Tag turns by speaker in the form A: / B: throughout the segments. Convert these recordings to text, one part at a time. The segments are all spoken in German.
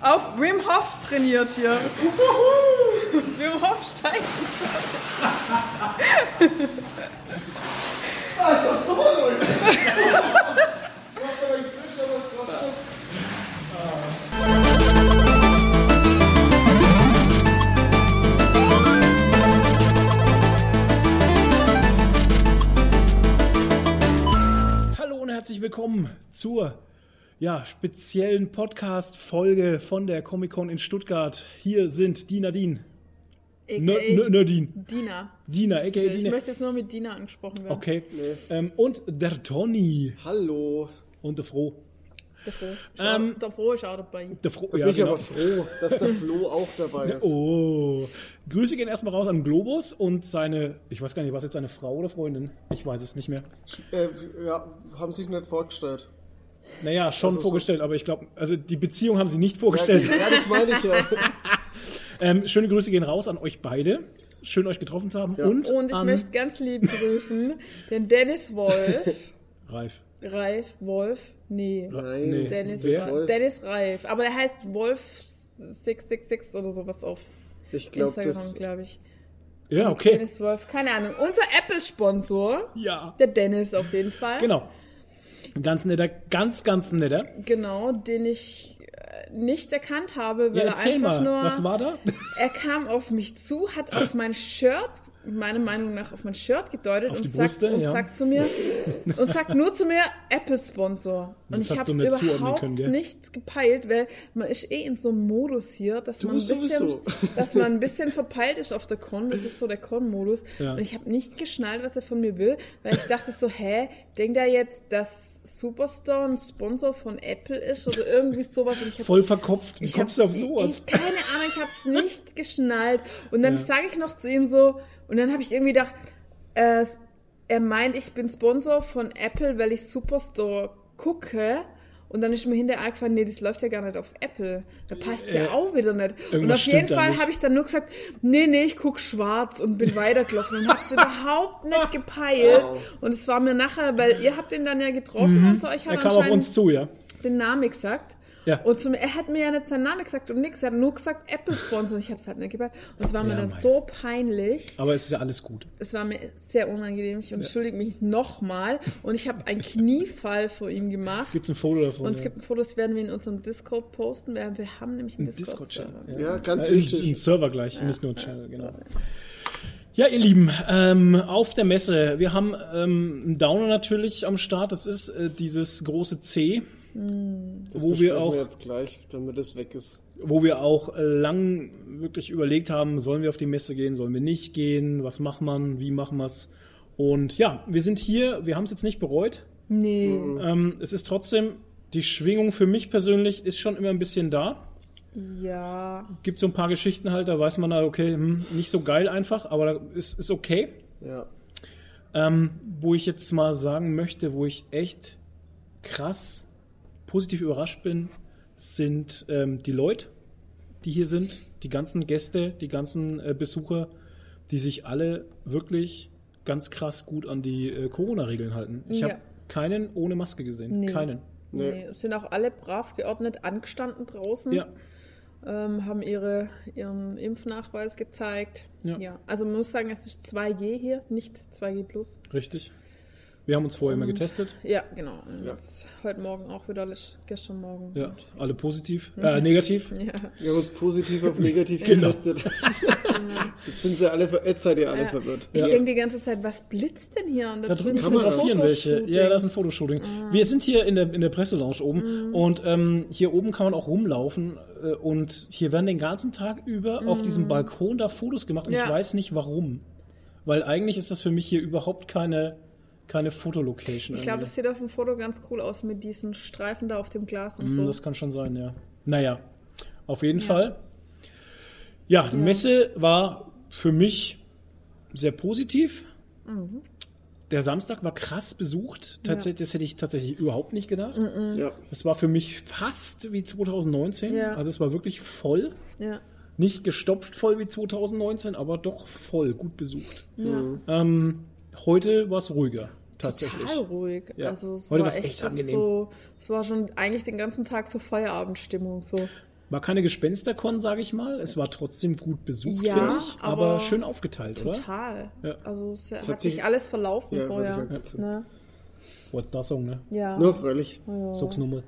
A: auf Wim Hof trainiert hier. Wim Hof steigt.
B: Ah, ist das so ruhig. Du hast aber die Frische, aber es war schon.
C: Hallo und herzlich willkommen zur ja, speziellen Podcast-Folge von der Comic-Con in Stuttgart. Hier sind die Nadine. Nö- nö- Nadine.
A: Dina.
C: Dina, aka
A: Ich
C: Dina.
A: möchte jetzt nur mit Dina angesprochen werden.
C: Okay. Ähm, und der Toni.
B: Hallo.
C: Und der Froh.
A: Der Froh. Schau,
C: Ähm,
A: der Froh ist auch dabei.
C: Der Froh,
B: Da
C: ja,
B: bin ich
C: genau.
B: aber froh, dass der Flo auch dabei ist.
C: Oh. Grüße gehen erstmal raus an Globus und seine, ich weiß gar nicht, was jetzt seine Frau oder Freundin? Ich weiß es nicht mehr.
B: Äh, ja, haben sich nicht vorgestellt.
C: Naja, schon
B: Also so-
C: vorgestellt, aber ich glaube, also die Beziehung haben sie nicht
B: Ja,
C: vorgestellt.
B: ja, das meine ich ja.
C: Ähm, schöne Grüße gehen raus an euch beide. Schön, euch getroffen zu haben.
B: Ja.
C: Und,
A: Und ähm, ich
C: an
A: möchte ganz lieb grüßen den Dennis Wolf.
C: Ralf.
A: Ralf Wolf? Nee.
B: Nein,
C: Nee.
A: Dennis,
C: Wer?
A: Ra- Dennis Ralf. Aber der heißt Wolf 666 oder sowas auf
B: Ich glaube,
A: Instagram,
B: das.
A: glaube ich.
C: Ja, okay.
A: Dennis Wolf, keine Ahnung. Unser Apple-Sponsor,
C: Ja.
A: der Dennis auf jeden Fall.
C: Genau. Ein Ganz netter, ganz, ganz netter.
A: Genau, den ich äh, nicht erkannt habe, weil
C: Ja,
A: er
C: erzähl
A: einfach
C: mal,
A: nur.
C: was war da?
A: Er kam auf mich zu, hat auf mein Shirt, meiner Meinung nach auf mein Shirt gedeutet
C: Ah. Auf
A: und,
C: die
A: sagt,
C: Brüste,
A: und
C: ja.
A: sagt zu mir und sagt nur zu mir Apple Sponsor. Und
C: Das
A: ich
C: hast
A: habe
C: du
A: es
C: nicht zuordnen
A: überhaupt
C: können, gell?
A: nicht gepeilt, weil man ist eh in so einem Modus hier, dass man ein bisschen,
B: sowieso.
A: dass man ein bisschen verpeilt ist auf der Con. Das ist so der Con-Modus.
C: Ja.
A: Und ich habe nicht geschnallt, was er von mir will, weil ich dachte so, hä, denkt er jetzt, dass Superstore ein Sponsor von Apple ist oder irgendwie sowas? Und ich hab's
C: Voll verkopft. Wie kommst du auf
A: hab's-
C: sowas?
A: Ich, keine Ahnung, ich hab's nicht geschnallt. Und dann
C: Ja.
A: sage ich noch zu ihm so, und dann habe ich irgendwie gedacht, äh, er meint, ich bin Sponsor von Apple, weil ich Superstore gucke. Und dann ist mir hinterher eingefallen, nee, das läuft ja gar nicht auf Apple. Da passt ja
C: Äh,
A: auch wieder nicht. Und
C: irgendwas
A: auf jeden
C: stimmt da
A: Fall
C: nicht.
A: habe ich dann nur gesagt, nee, nee, ich guck schwarz und bin weitergelaufen und hab's überhaupt nicht gepeilt.
B: Wow.
A: Und es war mir nachher, weil ihr habt ihn dann ja getroffen, also euch hat
C: Mhm. er kam auf
A: anscheinend-
C: uns zu, ja.
A: den Namen gesagt.
C: Ja.
A: Und zum, er hat mir ja nicht seinen Namen gesagt und nichts. Er hat nur gesagt Apple Sponsor. Ich habe es halt nicht gehört. Und es war mir
C: Ja,
A: dann
C: mei.
A: so peinlich.
C: Aber es ist ja alles gut.
A: Es war mir sehr unangenehm. Ich entschuldige mich nochmal. Und ich habe einen Kniefall vor ihm gemacht.
C: Gibt's ein Foto davon?
A: Und es
C: ja.
A: gibt ein Foto, das werden wir in unserem Discord posten. Wir wir haben nämlich einen
C: Ein
A: Discord-Server.
C: Discord-Channel.
B: Ja, ganz
C: Äh,
B: wichtig.
C: ein- Ein Server gleich, nicht nur ein Channel, genau. Ja, ihr Lieben, ähm, auf der Messe, wir haben ähm, einen Downer natürlich am Start, das ist äh, dieses große C,
B: Das
C: wo
B: besprechen
C: wir auch,
B: jetzt gleich, damit es weg ist.
C: wo wir auch äh, lang wirklich überlegt haben, sollen wir auf die Messe gehen, sollen wir nicht gehen, was macht man, wie machen wir's? Und ja, wir sind hier, wir haben es jetzt nicht bereut.
A: Nee.
C: Ähm, es ist trotzdem, die Schwingung für mich persönlich ist schon immer ein bisschen da. Mhm.
A: Ja.
C: Gibt so ein paar Geschichten halt, da weiß man da, okay, hm, nicht so geil einfach, aber es ist, ist okay.
B: Ja.
C: Ähm, wo ich jetzt mal sagen möchte, wo ich echt krass positiv überrascht bin, sind ähm, die Leute, die hier sind, die ganzen Gäste, die ganzen äh, Besucher, die sich alle wirklich ganz krass gut an die äh, Corona-Regeln halten. Ich
A: Ja.
C: habe keinen ohne Maske gesehen.
A: Nee.
C: Keinen.
B: Nee.
A: Nee. Es Sind auch alle brav geordnet angestanden draußen.
C: Ja.
A: ähm, haben ihre, ihren Impfnachweis gezeigt.
C: Ja.
A: Ja. Also man muss sagen, es ist 2G hier, nicht 2G plus.
C: Richtig. Wir haben uns vorher immer
A: Und-
C: getestet.
A: Ja, genau. Und
B: Ja.
A: jetzt Heute Morgen auch wieder, lesch- gestern Morgen.
C: Ja, alle positiv.
A: Mhm.
C: Äh, negativ.
A: Ja.
B: Wir haben uns positiv auf negativ
C: Genau.
B: getestet. jetzt sind sie alle, ver- jetzt seid ihr alle
A: Ja.
B: verwirrt.
A: Ich
C: Ja.
A: denke die ganze Zeit, was blitzt denn hier? Und
C: Da drüben fotografieren welche. Ja, da ist ein Fotoshooting.
A: Ah.
C: Wir sind hier in der, in der Presselounge oben
A: Mhm.
C: und ähm, hier oben kann man auch rumlaufen äh, und hier werden den ganzen Tag über auf diesem Balkon da Fotos gemacht und
A: Mhm. Ja.
C: ich weiß nicht warum. Weil eigentlich ist das für mich hier überhaupt keine, keine Fotolocation.
A: Ich glaube,
C: irgendwie.
A: das sieht auf dem Foto ganz cool aus mit diesen Streifen da auf dem Glas und
C: Hm,
A: so.
C: Das kann schon sein, ja. Naja, auf jeden
A: Mhm. Ja.
C: Fall. Ja, die Messe war für mich sehr positiv.
A: Mhm.
C: Der Samstag war krass besucht. Tatsächlich, Das hätte ich tatsächlich überhaupt nicht gedacht.
A: Mhm.
B: Ja.
C: Es war für mich fast wie 2019.
A: Ja.
C: Also es war wirklich voll.
A: Ja.
C: Nicht gestopft voll wie 2019, aber doch voll, gut besucht.
A: ja.
C: Ähm, heute war es ruhiger, tatsächlich.
A: Total ruhig.
C: Ja.
A: Also es
C: Heute
A: war
C: war's
A: echt,
C: echt
A: das
C: angenehm.
A: so, es war schon eigentlich den ganzen Tag so Feierabendstimmung so.
C: War keine Gespenstercon, sage ich mal. Es war trotzdem gut besucht,
A: Ja,
C: finde ich. Aber,
A: aber
C: schön aufgeteilt, oder?
A: Total.
C: Ja.
A: Also es hat,
B: hat
A: sich,
B: sich-
A: alles verlaufen
B: Ja,
A: so,
B: wollte
A: ja.
B: ich auch gerade sagen.
A: Ne?
C: What's that song, ne?
A: Ja.
B: Nur freilich.
A: ja.
C: Sog's nochmal.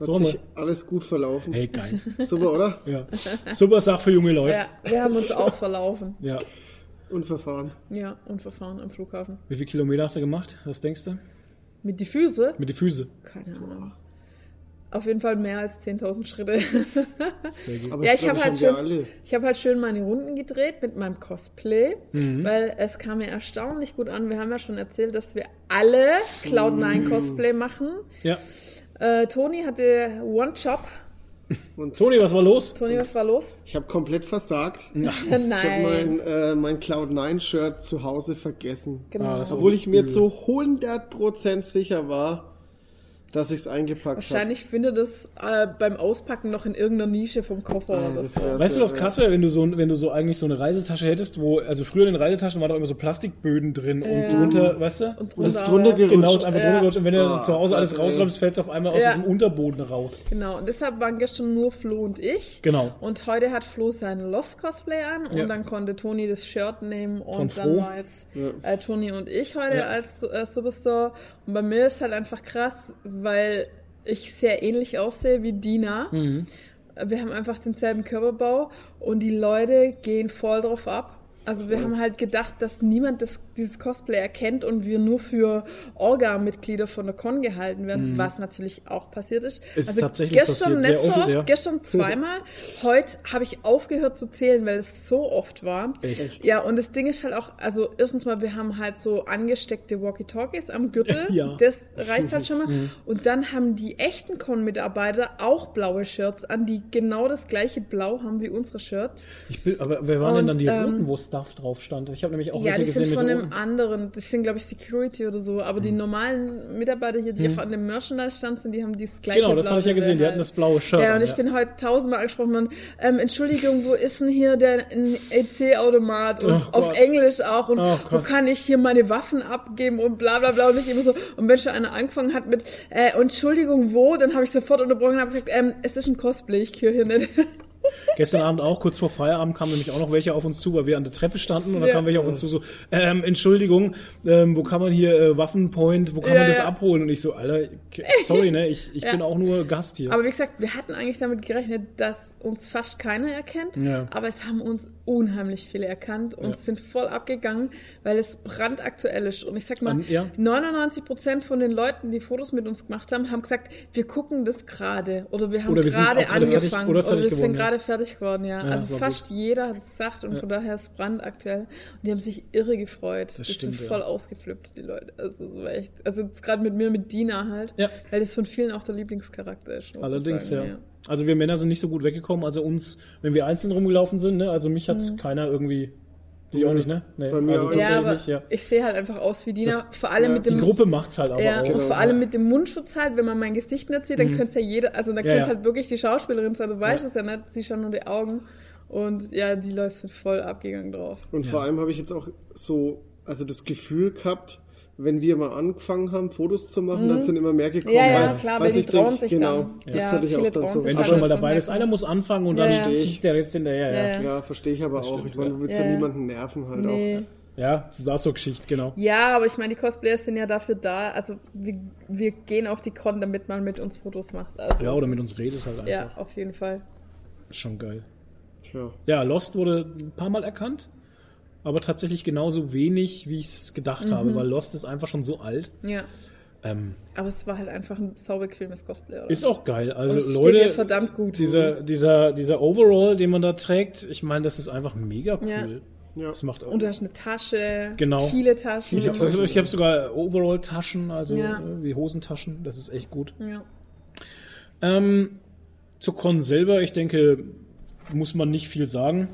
B: Hat
C: So,
B: sich
C: ne?
B: alles gut verlaufen.
C: Hey, geil.
B: Super, oder?
C: Ja. Super Sache für junge Leute.
A: ja, wir haben uns auch verlaufen.
C: Ja.
B: Und verfahren.
A: Ja, und verfahren am Flughafen.
C: Wie viele Kilometer hast du gemacht? Was denkst du?
A: Mit die Füße?
C: Mit den Füßen.
A: Keine Ahnung. Auf jeden Fall mehr als 10.000 Schritte.
C: Sehr gut.
B: Aber
A: Ja,
B: das,
A: ich hab
B: glaub
A: halt
B: haben
A: schon-
B: wir alle.
A: Ich habe halt schön meine Runden gedreht mit meinem Cosplay, weil es kam mir erstaunlich gut an. Wir haben ja schon erzählt, dass wir alle Cloud9 Cosplay machen.
C: Ja.
A: Äh, Toni hatte One-Job.
B: Und
C: Toni, was war los?
A: Toni, was war los?
B: ich habe komplett versagt. Ich habe
A: Nein.
B: mein, äh, mein Cloud9-Shirt zu Hause vergessen.
A: Genau.
C: Ah, das war
B: Obwohl ich mir
C: Übel.
B: zu 100% sicher war, dass ich es eingepackt habe.
A: Wahrscheinlich findet es äh, beim Auspacken noch in irgendeiner Nische vom Koffer
B: Ah,
A: oder
B: das
A: so.
B: wär-
C: Weißt du, was krass wäre, wenn du so, ein- wenn du so eigentlich so eine Reisetasche hättest, wo, also früher in den Reisetaschen waren doch immer so Plastikböden drin und drunter, weißt du?
A: Und
B: Und es
A: drunter-
B: drunter gerutscht.
C: genau, ist einfach
A: Ja.
C: drunter gerutscht. Und wenn du
B: Ah,
C: zu Hause alles
B: das-
C: rausräumst, fällt es auf einmal aus
A: Ja.
C: diesem Unterboden raus.
A: Genau, und deshalb waren gestern nur Flo und ich.
C: Genau.
A: Und heute hat Flo sein Lost-Cosplay an und
C: Ja.
A: dann konnte Toni das Shirt nehmen und dann
C: Von Flo?
A: war jetzt
B: Ja.
A: äh, Toni und ich heute
C: Ja.
A: als äh, Superstar. Und bei mir ist halt einfach krass, weil ich sehr ähnlich aussehe wie Dina. Wir haben einfach denselben Körperbau und die Leute gehen voll drauf ab. Also wir haben halt gedacht, dass niemand das, dieses Cosplay erkennt und wir nur für Orga-Mitglieder von der Con gehalten werden, was natürlich auch passiert ist.
C: Mhm. Ist
A: also
C: tatsächlich
A: gestern
C: passiert, sehr
A: nicht so
C: oft,
A: oft,
C: ja.
A: gestern zweimal. Heute habe ich aufgehört zu zählen, weil es so oft war.
C: Echt?
A: Ja, und das Ding ist halt auch, also erstens mal, wir haben halt so angesteckte Walkie-Talkies am Gürtel.
C: Ja. Mhm.
A: Das reicht halt schon mal. Und dann haben die echten Con-Mitarbeiter auch blaue Shirts an, die genau das gleiche Blau haben wie unsere Shirts.
C: Ich bin, aber wer waren
A: Und,
C: denn dann die
A: ähm,
C: Roten, wo Stuff drauf stand? Ich habe nämlich auch
A: ja,
C: welche
A: die sind
C: gesehen mit
A: von einem
C: Roten.
A: anderen, das sind glaube ich Security oder so, aber die
C: Mhm.
A: normalen Mitarbeiter hier, die auch an dem Merchandise-Stand sind, die haben dieses gleiche
C: Genau, das
A: blaue
C: habe ich ja gesehen. Die
A: Gewähl
C: hatten
A: halt.
C: das blaue Shirt.
A: Ja, und
C: an,
A: ich bin heute tausendmal angesprochen worden, ähm, Entschuldigung, wo ist denn hier der ein EC-Automat? Und
C: Ach
A: auf
C: Gott.
A: Englisch auch. Und
C: Ach
A: wo
C: Gott.
A: kann ich hier meine Waffen abgeben? Und bla bla bla. Und ich immer so. Und wenn schon einer angefangen hat mit äh, Entschuldigung, wo? Dann habe ich sofort unterbrochen und habe gesagt, ähm, es ist ein Cosplay, ich gehöre hier nicht.
C: Gestern Abend auch, kurz vor Feierabend, kamen nämlich auch noch welche auf uns zu, weil wir an der Treppe standen und da
A: Ja.
C: kamen welche auf uns zu so, ähm, Entschuldigung, ähm, wo kann man hier äh, Waffenpoint, wo kann
A: Ja,
C: man das
A: ja.
C: abholen? Und ich so, Alter, k- sorry, ne, ich, ich
A: Ja.
C: bin auch nur Gast hier.
A: Aber wie gesagt, wir hatten eigentlich damit gerechnet, dass uns fast keiner erkennt.
C: Ja.
A: Aber es haben uns unheimlich viele erkannt und
C: Ja.
A: sind voll abgegangen, weil es brandaktuell ist. Und ich sag mal,
C: An- ja.
A: 99 Prozent von den Leuten, die Fotos mit uns gemacht haben, haben gesagt, wir gucken das gerade. Oder wir haben
C: Oder wir sind
A: gerade
C: auch gerade fertig-
A: angefangen.
C: oder
A: Oder,
C: fertig
A: wir sind
C: geworden, ja.
A: gerade fertig geworden, ja.
C: Ja,
A: also
C: war
A: fast jeder hat es gesagt und von daher ist es brandaktuell. Und die haben sich irre gefreut.
C: Das
A: die
C: stimmt,
A: sind
C: ja.
A: voll ausgeflippt, die Leute. Also, es war echt, also jetzt gerade mit mir, mit Dina halt.
C: Ja.
A: Weil das von vielen auch der Lieblingscharakter ist. muss ich
C: Allerdings,
A: sagen,
C: ja. Also wir Männer sind nicht so gut weggekommen, also uns, wenn wir einzeln rumgelaufen sind, ne, also mich hat keiner irgendwie, die auch nicht, ne? Nee,
B: Bei mir
C: also
B: auch
A: Mhm. Ja,
C: tatsächlich
A: aber
C: nicht, ja.
A: ich sehe halt einfach aus wie Dina.
C: Das-
A: vor allem
B: ja.
A: mit
C: Die
A: dem
C: Gruppe macht's halt aber
A: ja,
C: auch.
A: und
C: Mhm.
B: Genau.
A: vor allem mit dem Mundschutz halt, wenn man mein Gesicht nicht sieht, dann könnte es ja jeder, also dann
C: Ja,
A: könnte es
C: ja.
A: halt wirklich die Schauspielerin sein, du weißt es ja nicht, sie schon nur die Augen. Und ja, die Leute sind voll abgegangen drauf.
B: Und vor allem habe ich jetzt auch so, also das Gefühl gehabt, wenn wir mal angefangen haben, Fotos zu machen, dann sind immer mehr gekommen.
A: Mhm. Ja, ja,
B: weil-
A: klar,
B: weiß
A: weil die
B: ich, denk,
A: trauen sich
B: genau,
A: dann.
B: Das
A: Ja,
B: hatte ich
A: viele
B: auch dann
A: trauen
B: so.
A: sich
C: Wenn du
A: Aber
C: schon mal
A: das
C: dabei
A: merkt
C: bist,
A: man.
C: einer muss anfangen und
A: Ja,
C: dann
A: ja.
C: zieht sich der Rest hinterher. Ja,
A: Ja,
C: ja.
A: ja.
B: Ja, verstehe ich aber
C: Das
B: auch.
C: stimmt,
B: ich meine,
C: ja.
B: du willst
A: Ja.
B: ja niemanden nerven halt
A: Nee.
B: auch.
C: ja das war so Geschichte, genau.
A: Ja, aber ich meine, die Cosplayer sind ja dafür da. Also wir, wir gehen auf die Con, damit man mit uns Fotos macht. Also,
C: Ja, oder mit uns redet halt einfach.
A: ja, auf jeden Fall.
C: Schon geil.
B: Tja.
C: Ja, Lost wurde ein paar Mal erkannt, aber tatsächlich genauso wenig, wie ich es gedacht
A: Mhm.
C: habe, weil Lost ist einfach schon so alt.
A: Ja.
C: Ähm,
A: Aber es war halt einfach ein saubequemes Cosplay, oder?
C: ist auch geil. Also
A: Und es steht dir
C: Leute,
A: verdammt gut.
C: dieser, dieser, dieser Overall, den man da trägt, ich meine, das ist einfach mega cool.
B: Ja.
C: Das macht auch.
A: Und du hast eine Tasche.
C: Genau.
A: Viele Taschen.
C: ich habe ich hab sogar Overall-Taschen, also
A: Ja.
C: äh, wie Hosentaschen. Das ist echt gut.
A: ja.
C: Ähm, zur Con selber, ich denke, muss man nicht viel sagen.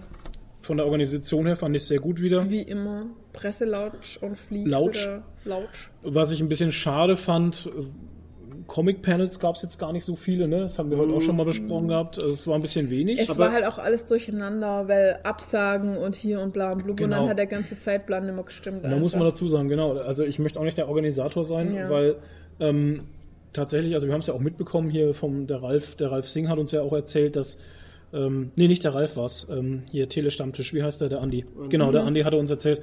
C: Von der Organisation her fand ich es sehr gut wieder.
A: Wie immer. Presselausch und Flieg.
C: Lautsch.
A: oder Lautsch.
C: Was ich ein bisschen schade fand, äh, Comic-Panels gab es jetzt gar nicht so viele, ne? Das haben wir heute auch schon mal besprochen gehabt. Also es war ein bisschen wenig.
A: Es
B: Aber-
A: war halt auch alles durcheinander, weil Absagen und hier und bla und blub. Und
C: Genau.
A: dann hat der ganze Zeitplan immer gestimmt.
C: da muss man
A: einfach.
C: dazu sagen, genau. Also ich möchte auch nicht der Organisator sein,
A: Ja.
C: weil ähm, tatsächlich, also wir haben es ja auch mitbekommen hier vom der Ralf, der Ralf Singh hat uns ja auch erzählt, dass ähm, nee, nicht der Ralf war's, ähm, hier Telestammtisch, wie heißt der, der Andi? Genau, der Andi hatte uns erzählt,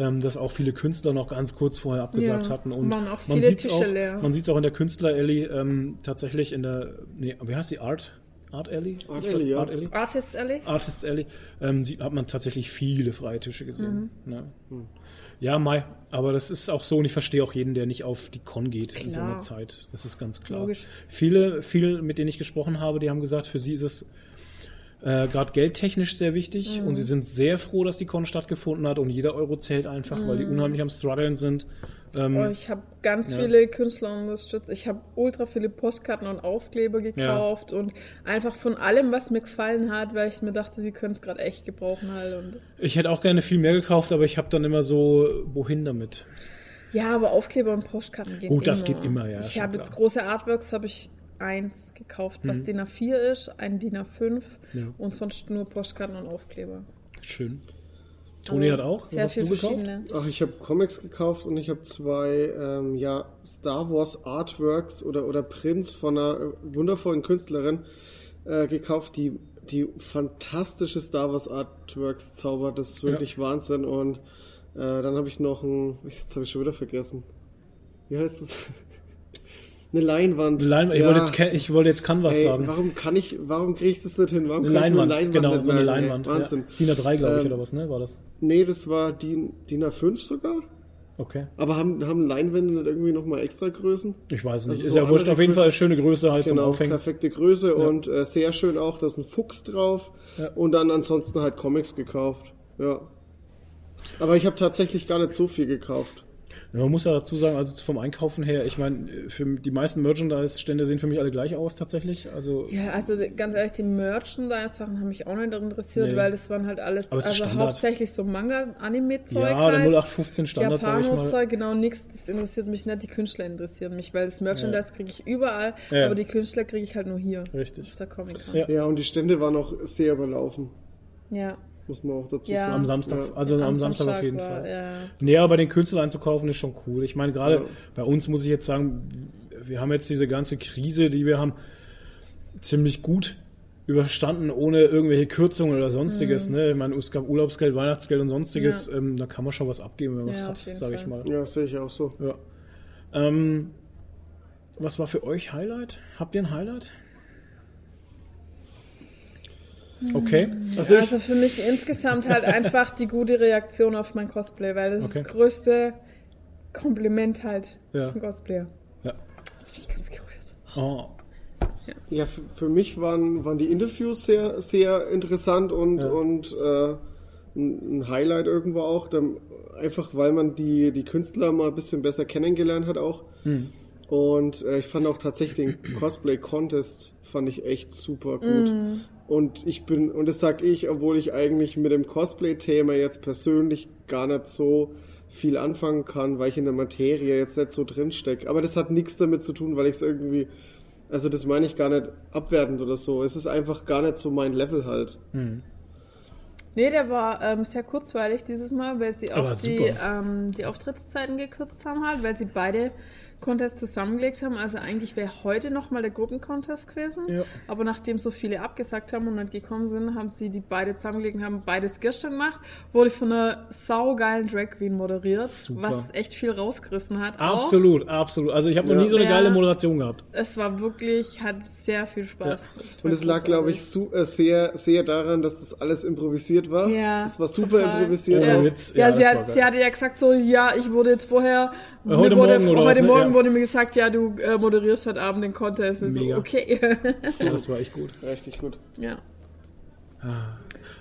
C: ähm, dass auch viele Künstler noch ganz kurz vorher abgesagt
A: Ja,
C: hatten und
A: waren auch
C: man
A: viele
C: sieht es
A: Tische
C: auch,
A: leer.
C: man sieht's auch in der Künstler Alley ähm, tatsächlich in der nee, wie heißt die Art Art Alley?
B: Art
C: Ich weiß-
B: Alley, ja.
C: Art Alley?
A: Artist Alley?
C: Artists Alley, ähm, sieht, hat man tatsächlich viele freie Tische gesehen.
A: Mhm.
C: Ne? Ja, Mai, aber das ist auch so und ich verstehe auch jeden, der nicht auf die Con geht in so einer
A: Klar.
C: Zeit. Das ist ganz klar.
A: Logisch.
C: Viele, viele, mit denen ich gesprochen habe, die haben gesagt, für sie ist es äh, gerade geldtechnisch sehr wichtig
A: Mhm.
C: und sie sind sehr froh, dass die Con stattgefunden hat und jeder Euro zählt einfach, weil
A: Mhm.
C: die unheimlich am struggeln sind. Ähm,
A: Oh, ich habe ganz
C: Ja.
A: viele Künstler unterstützt. Ich habe ultra viele Postkarten und Aufkleber gekauft und einfach von allem, was mir gefallen hat, weil ich mir dachte, sie können es gerade echt gebrauchen halt. Und
C: ich hätte auch gerne viel mehr gekauft, aber ich habe dann immer so, wohin damit?
A: ja, aber Aufkleber und Postkarten gehen
C: Gut, Oh, das geht immer, ja,
A: Ich
C: schon
A: habe
C: klar. Mhm.
A: jetzt große Artworks, habe ich eins gekauft, was DIN A4 ist, ein DIN A5
C: Ja.
A: und sonst nur Postkarten und Aufkleber.
C: Schön. Toni
A: Also
C: hat auch.
A: Sehr viel verschiedene.
B: Ach, ich habe Comics gekauft und ich habe zwei ähm, ja, Star Wars Artworks oder, oder Prints von einer äh, wundervollen Künstlerin äh, gekauft, die, die fantastische Star Wars Artworks zaubert. Das ist wirklich Wahnsinn. Und äh, dann habe ich noch ein. Jetzt habe ich schon wieder vergessen. Wie heißt das? Eine Leinwand.
C: Lein ich,
B: Ja.
C: wollte jetzt, Ca- ich wollte jetzt Canvas
B: Ey,
C: sagen.
B: warum kann ich, warum kriege ich das nicht hin? Warum
C: Eine
B: kann ich mir
C: Leinwand, genau,
B: nicht
C: so eine
B: merken, ey?
C: Leinwand. Ja.
B: Wahnsinn.
C: DIN A3, glaube ich,
B: Ähm,
C: oder was, ne? War das?
B: Nee, das war DIN, DIN A5 sogar.
C: Okay.
B: Aber haben, haben Leinwände nicht irgendwie nochmal extra Größen?
C: Ich weiß nicht.
B: Also
C: ist
B: so
C: ja wurscht.
B: andere
C: Auf jeden
B: Größe.
C: Fall schöne Größe halt zum
B: Genau,
C: Aufhängen.
B: perfekte Größe und äh, sehr schön auch, da ist ein Fuchs drauf
C: Ja.
B: und dann ansonsten halt Comics gekauft. Ja. Aber ich habe tatsächlich gar nicht so viel gekauft.
C: Ja, man muss ja dazu sagen, also vom Einkaufen her, ich meine, für die meisten Merchandise-Stände sehen für mich alle gleich aus tatsächlich. Also
A: Ja, also ganz ehrlich, die Merchandise-Sachen haben mich auch nicht interessiert,
C: Nee.
A: weil das waren halt alles,
C: Aber es ist
A: also
C: Standard.
A: hauptsächlich so Manga-Anime-Zeug.
C: ja, der
A: halt.
C: 0815 Standard, sage ich mal.
A: Japaner-Zeug, genau nichts, das interessiert mich nicht. Die Künstler interessieren mich, weil das Merchandise kriege ich überall,
C: Ja.
A: aber die Künstler kriege ich halt nur hier.
C: Richtig.
A: Auf der Comic Con.
C: Ja.
A: Ja.
B: Ja, und die Stände waren auch sehr überlaufen,
A: ja.
B: muss man auch dazu
A: Ja.
B: sagen.
C: Am Samstag,
B: Ja.
C: also am, Samstag, auf jeden
A: war,
C: Fall.
A: Ja.
C: Nee, aber den Künstler einzukaufen ist schon cool. Ich meine, gerade
B: Ja.
C: bei uns muss ich jetzt sagen, wir haben jetzt diese ganze Krise, die wir haben, ziemlich gut überstanden, ohne irgendwelche Kürzungen oder sonstiges.
A: Mhm.
C: Ne? Ich meine, es gab Urlaubsgeld, Weihnachtsgeld und sonstiges. Ähm, da kann man schon was abgeben, wenn man
A: Ja,
C: es
A: auf
C: hat,
A: jeden
C: sage ich
A: Fall.
C: mal.
B: Ja, sehe ich auch so.
C: Ja. Ähm, was war für euch Highlight? Habt ihr ein Highlight? Okay.
B: Also ich,
A: Also für mich insgesamt halt einfach die gute Reaktion auf mein Cosplay, weil das ist
C: Okay.
A: das größte Kompliment halt
C: Ja.
A: von Cosplayer.
C: Ja.
A: Das bin ich ganz gerührt.
C: Oh,
B: ja, f- für mich waren, waren die Interviews sehr, sehr interessant und,
C: Ja.
B: und äh, ein ein Highlight irgendwo auch, dann, einfach weil man die, die Künstler mal ein bisschen besser kennengelernt hat auch. Und äh, ich fand auch tatsächlich den Cosplay Contest fand ich echt super gut. Und ich bin, und das sag ich, obwohl ich eigentlich mit dem Cosplay-Thema jetzt persönlich gar nicht so viel anfangen kann, weil ich in der Materie jetzt nicht so drin stecke. Aber das hat nichts damit zu tun, weil ich es irgendwie, also das meine ich gar nicht abwertend oder so. Es ist einfach gar nicht so mein Level halt.
A: Nee, der war ähm, sehr kurzweilig dieses Mal, weil sie auch
C: Aber
A: die,
C: super.
A: ähm, die Auftrittszeiten gekürzt haben halt, weil sie beide Contests zusammengelegt haben. Also eigentlich wäre heute nochmal der Gruppencontest gewesen.
C: Ja.
A: Aber nachdem so viele abgesagt haben und nicht gekommen sind, haben sie die beide zusammengelegt und haben beides gestern gemacht. Wurde von einer saugeilen Drag Queen moderiert,
C: Super.
A: was echt viel rausgerissen hat.
C: absolut, absolut. Also ich habe noch
B: Ja.
C: nie so eine
A: Ja.
C: geile Moderation gehabt.
A: Auch. Es war wirklich, hat sehr viel Spaß gemacht.
B: Und
A: War
B: es lag, glaube ich,
A: großartig.
B: su äh, sehr, sehr daran, dass das alles improvisiert war.
A: Ja,
B: Es war super
A: total.
B: improvisiert.
C: Ohne
B: auch.
A: Ja,
C: Witz.
A: ja,
C: Ja,
A: sie,
C: das war
A: hat,
C: geil.
A: sie hatte ja gesagt so, ja, ich wurde jetzt vorher, mir
C: heute
A: wurde,
C: Morgen oder was,
A: heute
C: ne?
A: Morgen
C: Ja.
A: wurde mir gesagt, ja, du äh, moderierst heute Abend den Contest. Und So,
C: Mega.
A: okay.
C: Ja, das war echt gut.
B: Richtig gut.
A: ja.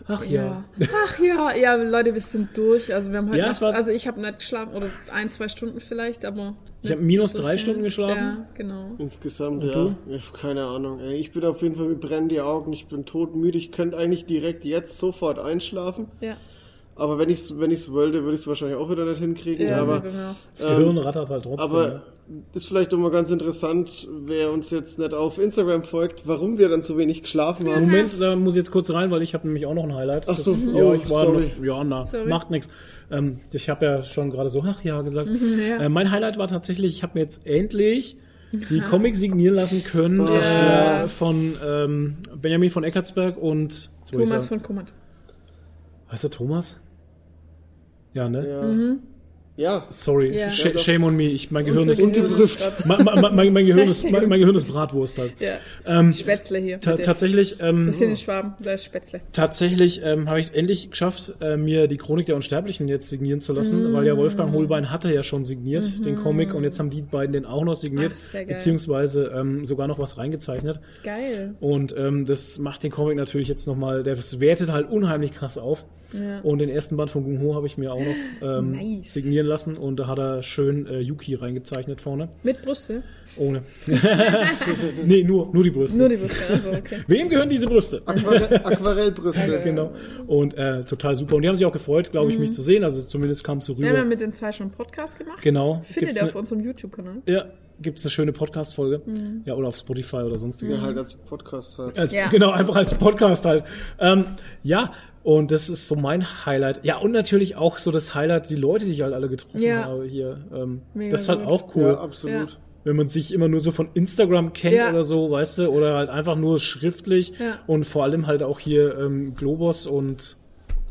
C: Ach ja.
A: ja. Ach ja, ja, Leute, wir sind durch. Also wir haben heute
C: Ja, es
A: Nacht,
C: war-
A: also ich habe nicht geschlafen oder ein, zwei Stunden vielleicht, aber
C: Ich habe minus drei
A: durchgehalten.
C: Stunden geschlafen.
A: Ja, genau.
B: Insgesamt,
C: Und
B: ja. Ich hab keine Ahnung. Ey, ich bin auf jeden Fall, mir brennen die Augen, ich bin todmüde. Ich könnte eigentlich direkt jetzt sofort einschlafen.
A: Ja,
B: Aber wenn ich es wenn ich's wollte, würde ich es wahrscheinlich auch wieder nicht hinkriegen.
A: ja, genau.
B: aber
A: wir waren auch-
C: Das Gehirn rattert halt trotzdem.
B: aber ist vielleicht auch mal ganz interessant, wer uns jetzt nicht auf Instagram folgt, warum wir dann so wenig geschlafen
C: ja.
B: haben.
A: Mhm.
C: Moment, da muss ich jetzt kurz rein, weil ich habe nämlich auch noch ein Highlight.
B: Ach so,
C: das,
B: oh,
C: ja, ich war
B: sorry.
C: Noch, ja, na,
A: Sorry.
C: macht nichts. Ähm, ich habe ja schon gerade so, ach ja, gesagt.
A: ja.
C: Äh, mein Highlight war tatsächlich, ich habe mir jetzt endlich die Comics signieren lassen können
A: Ja.
C: äh, von ähm, Benjamin von Eckartsberg und jetzt wollte
A: Thomas
C: ich sagen,
A: von Kummert.
C: heißt er Thomas? Ja, ne?
B: Ja.
A: Mhm.
B: ja.
C: Sorry,
A: Ja.
C: sh shame on me. Ich, mein Gehirn ist
B: ungeprüft.
C: mein, mein, mein, mein, Gehirn ist, mein, mein Gehirn ist Bratwurst halt.
A: Ja.
C: Ähm,
A: Spätzle hier.
C: ta
A: bitte.
C: tatsächlich ähm,
A: Bisschen in Schwaben, da ist Spätzle.
C: tatsächlich ähm, habe ich es endlich geschafft, äh, mir die Chronik der Unsterblichen jetzt signieren zu lassen, weil ja Wolfgang
A: Mm.
C: Holbein hatte ja schon signiert, den Comic, und jetzt haben die beiden den auch noch signiert,
A: Mhm. Ach, sehr geil.
C: beziehungsweise ähm, sogar noch was reingezeichnet.
A: Geil.
C: Und ähm, das macht den Comic natürlich jetzt nochmal, das wertet halt unheimlich krass auf.
A: Ja.
C: Und den ersten Band von Gung Ho habe ich mir auch noch ähm,
A: Nice.
C: signieren lassen und da hat er schön äh, Yuki reingezeichnet vorne.
A: Mit Brüste?
C: Ohne. nee, nur, nur die Brüste.
A: Nur die Brüste, also okay.
C: Wem gehören diese Brüste?
B: Aquare Aquarellbrüste.
C: Genau. Und äh, total super. Und die haben sich auch gefreut, glaube ich, mich zu sehen. Also zumindest kam es so
A: Wir haben Mhm. ja
C: rüber.
A: mit den zwei schon einen Podcast gemacht.
C: Genau.
A: Findet
C: Gibt's
A: ihr
C: ne-
A: auf unserem YouTube-Kanal.
C: Ja, gibt es eine schöne Podcast-Folge. Ja, oder auf Spotify oder sonstiges.
B: Ja, halt als Podcast halt.
C: Als,
A: Mhm. Ja.
C: Genau, einfach als Podcast halt. Ähm, ja, und das ist so mein Highlight. Ja, und natürlich auch so das Highlight, die Leute, die ich halt alle getroffen
A: Ja.
C: habe hier. Ähm,
A: Mega
C: das ist halt
A: gut.
C: auch
B: Ja,
C: cool.
B: absolut.
A: Ja.
C: wenn man sich immer nur so von Instagram kennt
A: Ja.
C: oder so, weißt du, oder halt einfach nur schriftlich
A: Ja.
C: und vor allem halt auch hier ähm, Globos und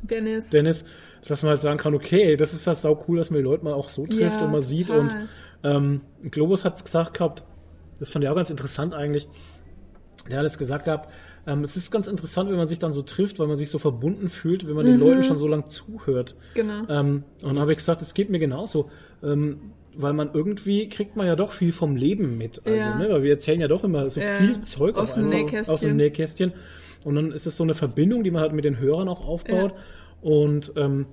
A: Dennis.
C: Dennis, dass man halt sagen kann, okay, ey, das ist das sau cool, dass man die Leute mal auch so trifft
A: Ja,
C: und mal sieht.
A: total.
C: Und ähm, Globus hat's gesagt gehabt, das fand ich auch ganz interessant eigentlich. Der hat es gesagt gehabt, ähm, es ist ganz interessant, wenn man sich dann so trifft, weil man sich so verbunden fühlt, wenn man
A: Mhm.
C: den Leuten schon so lang zuhört.
A: Genau.
C: Ähm, und dann habe ich gesagt, es geht mir genauso. Ähm, weil man irgendwie kriegt man ja doch viel vom Leben mit. Also,
A: Ja.
C: ne, weil wir erzählen ja doch immer so
A: Ja.
C: viel Zeug
A: Aus
C: auf
A: dem
C: einmal.
A: Nähkästchen.
C: aus dem Nähkästchen. Und dann ist es so eine Verbindung, die man halt mit den Hörern auch aufbaut. Und, ähm,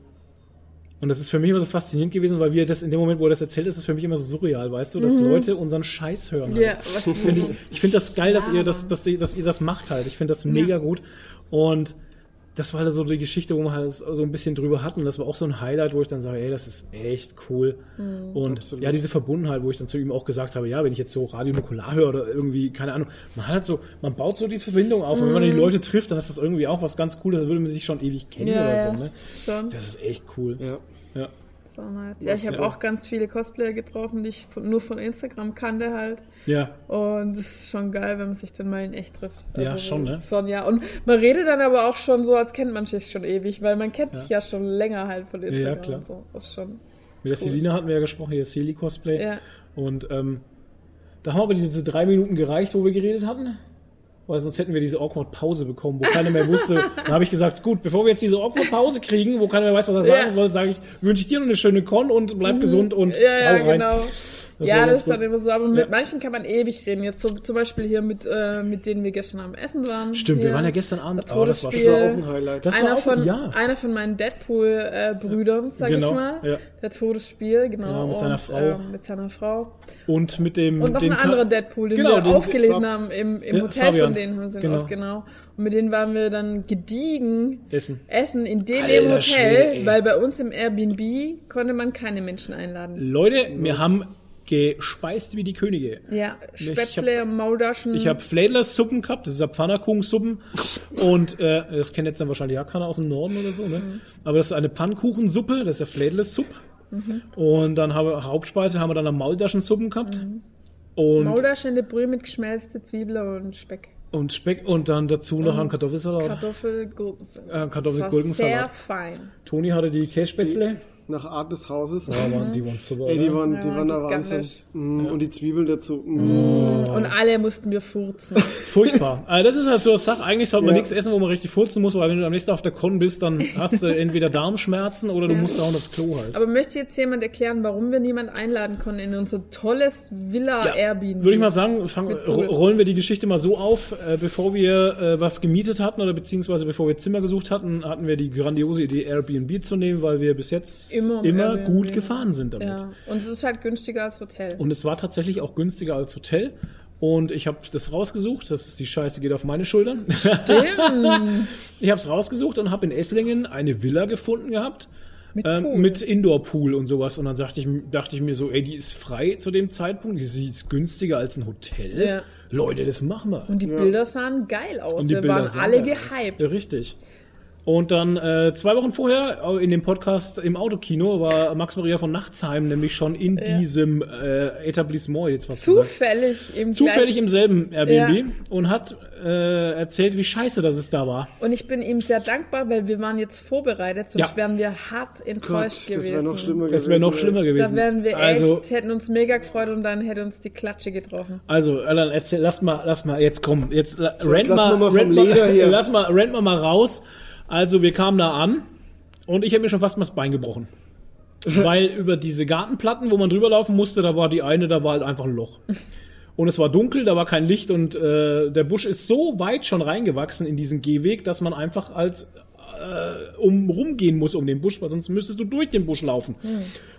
C: und das ist für mich immer so faszinierend gewesen, weil wir das in dem Moment, wo er das erzählt, ist es für mich immer so surreal, weißt du, dass
A: Mhm.
C: Leute unseren Scheiß hören.
A: Ja,
C: halt.
A: was
C: Finde ich, ich finde das geil, dass
A: Ja,
C: ihr das, dass ihr, dass ihr das macht halt. Ich finde das mega gut. Und das war halt so die Geschichte, wo man halt so ein bisschen drüber hatten. Das war auch so ein Highlight, wo ich dann sage, ey, das ist echt cool.
A: Mhm.
C: Und
B: Absolut.
C: ja, diese Verbundenheit, wo ich dann zu ihm auch gesagt habe, ja, wenn ich jetzt so Radio Nukular höre oder irgendwie, keine Ahnung, man hat halt so, man baut so die Verbindung auf. Und wenn man
A: Mhm.
C: die Leute trifft, dann ist das irgendwie auch was ganz Cooles, da würde man sich schon ewig kennen
A: Ja,
C: oder
A: ja.
C: so. Ne?
A: Schon.
C: Das ist echt cool.
B: Ja.
C: Ja.
A: So nice. Ja, ich habe
C: Ja.
A: auch ganz viele Cosplayer getroffen, die ich von, nur von Instagram kannte halt.
C: ja.
A: Und es ist schon geil, wenn man sich dann mal in echt trifft. Also,
C: Ja, schon, ne?
A: Schon, ja. Und man redet dann aber auch schon so, als kennt man sich schon ewig, weil man kennt sich ja schon länger halt von
C: ja,
A: Instagram.
C: klar.
A: und So. Das ist schon.
C: Mit der
A: Cool.
C: Selina hatten wir ja gesprochen, hier Seli Cosplay.
A: Ja.
C: Und ähm, da haben aber diese drei Minuten gereicht, wo wir geredet hatten. Weil sonst hätten wir diese awkward Pause bekommen, wo keiner mehr wusste. Dann habe ich gesagt, gut, bevor wir jetzt diese awkward Pause kriegen, wo keiner mehr weiß, was er
A: Ja. Mhm.
C: sagen soll, sage ich, wünsche ich dir noch eine schöne Con und bleib gesund und
A: Ja, ja,
C: hau rein.
A: genau.
C: Das war
A: ja,
C: ganz
A: das ist dann
C: gut.
A: immer so. Aber mit
C: Ja.
A: manchen kann man ewig reden. Jetzt so, zum Beispiel hier mit, äh, mit denen wir gestern am Essen waren.
C: Stimmt, wir
A: Ja.
C: waren ja gestern Abend.
A: Das
C: Oh, das war
A: Todesspiel.
B: Das war auch ein Highlight.
C: Das war
A: einer,
C: auch,
A: von,
C: ja.
A: einer von meinen Deadpool-Brüdern, äh, sag
C: Genau,
A: ich mal.
C: ja.
A: Der Todesspiel, genau.
C: Genau, mit seiner
A: und,
C: Frau.
A: ähm, mit seiner Frau.
C: Und mit dem.
A: Und noch
C: den
A: ein anderer Deadpool, den
C: Genau,
A: wir
C: den-
A: aufgelesen
B: Fab-
A: haben im, im
C: Ja,
A: Hotel
C: Fabian.
A: von denen haben sie
C: Genau.
A: genau. genau. Und mit denen waren wir dann gediegen
C: Essen.
A: essen in dem
C: Alter
A: im Hotel,
C: Schwede, ey.
A: weil bei uns im Airbnb konnte man keine Menschen einladen.
C: Leute, wir haben gespeist wie die Könige.
A: Ja,
C: Ich
A: Spätzle, Maultaschen.
C: Ich habe Flädlers Suppen gehabt, das ist ja Pfannkuchensuppen. Und äh, das kennt jetzt dann wahrscheinlich ja keiner aus dem Norden oder so, ne? Aber das ist eine Pfannkuchensuppe, das ist ja Flädlers Supp. Und dann habe Hauptspeise haben wir dann eine Maultaschensuppen gehabt. Und,
A: Maultaschen in der Brühe mit geschmelzte Zwiebeln und Speck.
C: und Speck und dann dazu noch einen Kartoffelsalat.
A: Kartoffelgurkensalat.
C: Äh, Kartoffel-
A: Das war
C: Gurkensalat.
A: Sehr fein.
C: Toni hatte die Kässpätzle.
B: Nach Art des Hauses.
C: Die waren, die waren super.
B: Ey, die
C: oder?
B: waren,
A: Ja,
B: die waren da
A: gigantisch.
B: Wahnsinn. Mm, Und die Zwiebeln dazu. Mm.
C: Oh.
A: Und alle mussten wir furzen.
C: Furchtbar. Also das ist halt so eine Sache. Eigentlich sollte man
B: Ja.
C: nichts essen, wo man richtig furzen muss, weil wenn du am nächsten Tag auf der Con bist, dann hast du entweder Darmschmerzen oder du musst auch noch aufs Klo halt.
A: Aber möchte jetzt jemand erklären, warum wir niemand einladen konnten in unser tolles Villa Airbnb?
C: Würde ich mal sagen, fang,
A: Mit
C: ro-
A: Pool.
C: rollen wir die Geschichte mal so auf. Äh, bevor wir äh, was gemietet hatten oder beziehungsweise bevor wir Zimmer gesucht hatten, hatten wir die grandiose Idee, Airbnb zu nehmen, weil wir bis jetzt
A: Immer
C: immer,
A: im Airbnb.
C: gut gefahren sind damit.
A: Ja, und es ist halt günstiger als Hotel.
C: Und es war tatsächlich auch günstiger als Hotel. Und ich habe das rausgesucht. Das die Scheiße geht auf meine Schultern.
A: Stimmt.
C: Ich habe es rausgesucht und habe in Esslingen eine Villa gefunden gehabt.
A: Mit Pool.
C: Ähm, mit Indoor-Pool und sowas. Und dann dachte ich, dachte ich mir so, ey, die ist frei zu dem Zeitpunkt. Sie ist günstiger als ein Hotel.
A: Ja.
C: Leute, das machen wir.
A: Und die Bilder sahen geil aus. wir
C: Bilder
A: waren
C: sahen
A: alle
C: geil aus.
A: gehypt.
C: Ja, richtig. Und dann äh, zwei Wochen vorher äh, in dem Podcast im Autokino war Max Maria von Nachtsheim nämlich schon in
A: Ja.
C: diesem äh, Etablissement, jetzt was gesagt.
A: Zufällig im
C: Zufällig
A: gleichen-
C: im selben Airbnb und hat äh, erzählt, wie scheiße das es da war.
A: Und ich bin ihm sehr dankbar, weil wir waren jetzt vorbereitet, sonst
C: Ja.
A: wären wir hart enttäuscht
B: Gott, das
A: gewesen.
B: wäre noch schlimmer gewesen.
C: Das wäre noch schlimmer gewesen.
A: Da wären wir
C: also,
A: echt, hätten uns mega gefreut und dann hätte uns die Klatsche getroffen.
C: Also, Alan, erzähl, lass mal, lass mal, jetzt komm, jetzt la- rent
B: lass
C: mal,
B: mal mal vom
C: rent
B: Leder
C: mal,
B: hier.
C: lass mal, rent mal mal raus. Also, wir kamen da an und ich habe mir schon fast mal das Bein gebrochen. Weil über diese Gartenplatten, wo man drüber laufen musste, da war die eine, da war halt einfach ein Loch. Und es war dunkel, da war kein Licht und äh, der Busch ist so weit schon reingewachsen in diesen Gehweg, dass man einfach als um rumgehen muss um den Busch, weil sonst müsstest du durch den Busch laufen.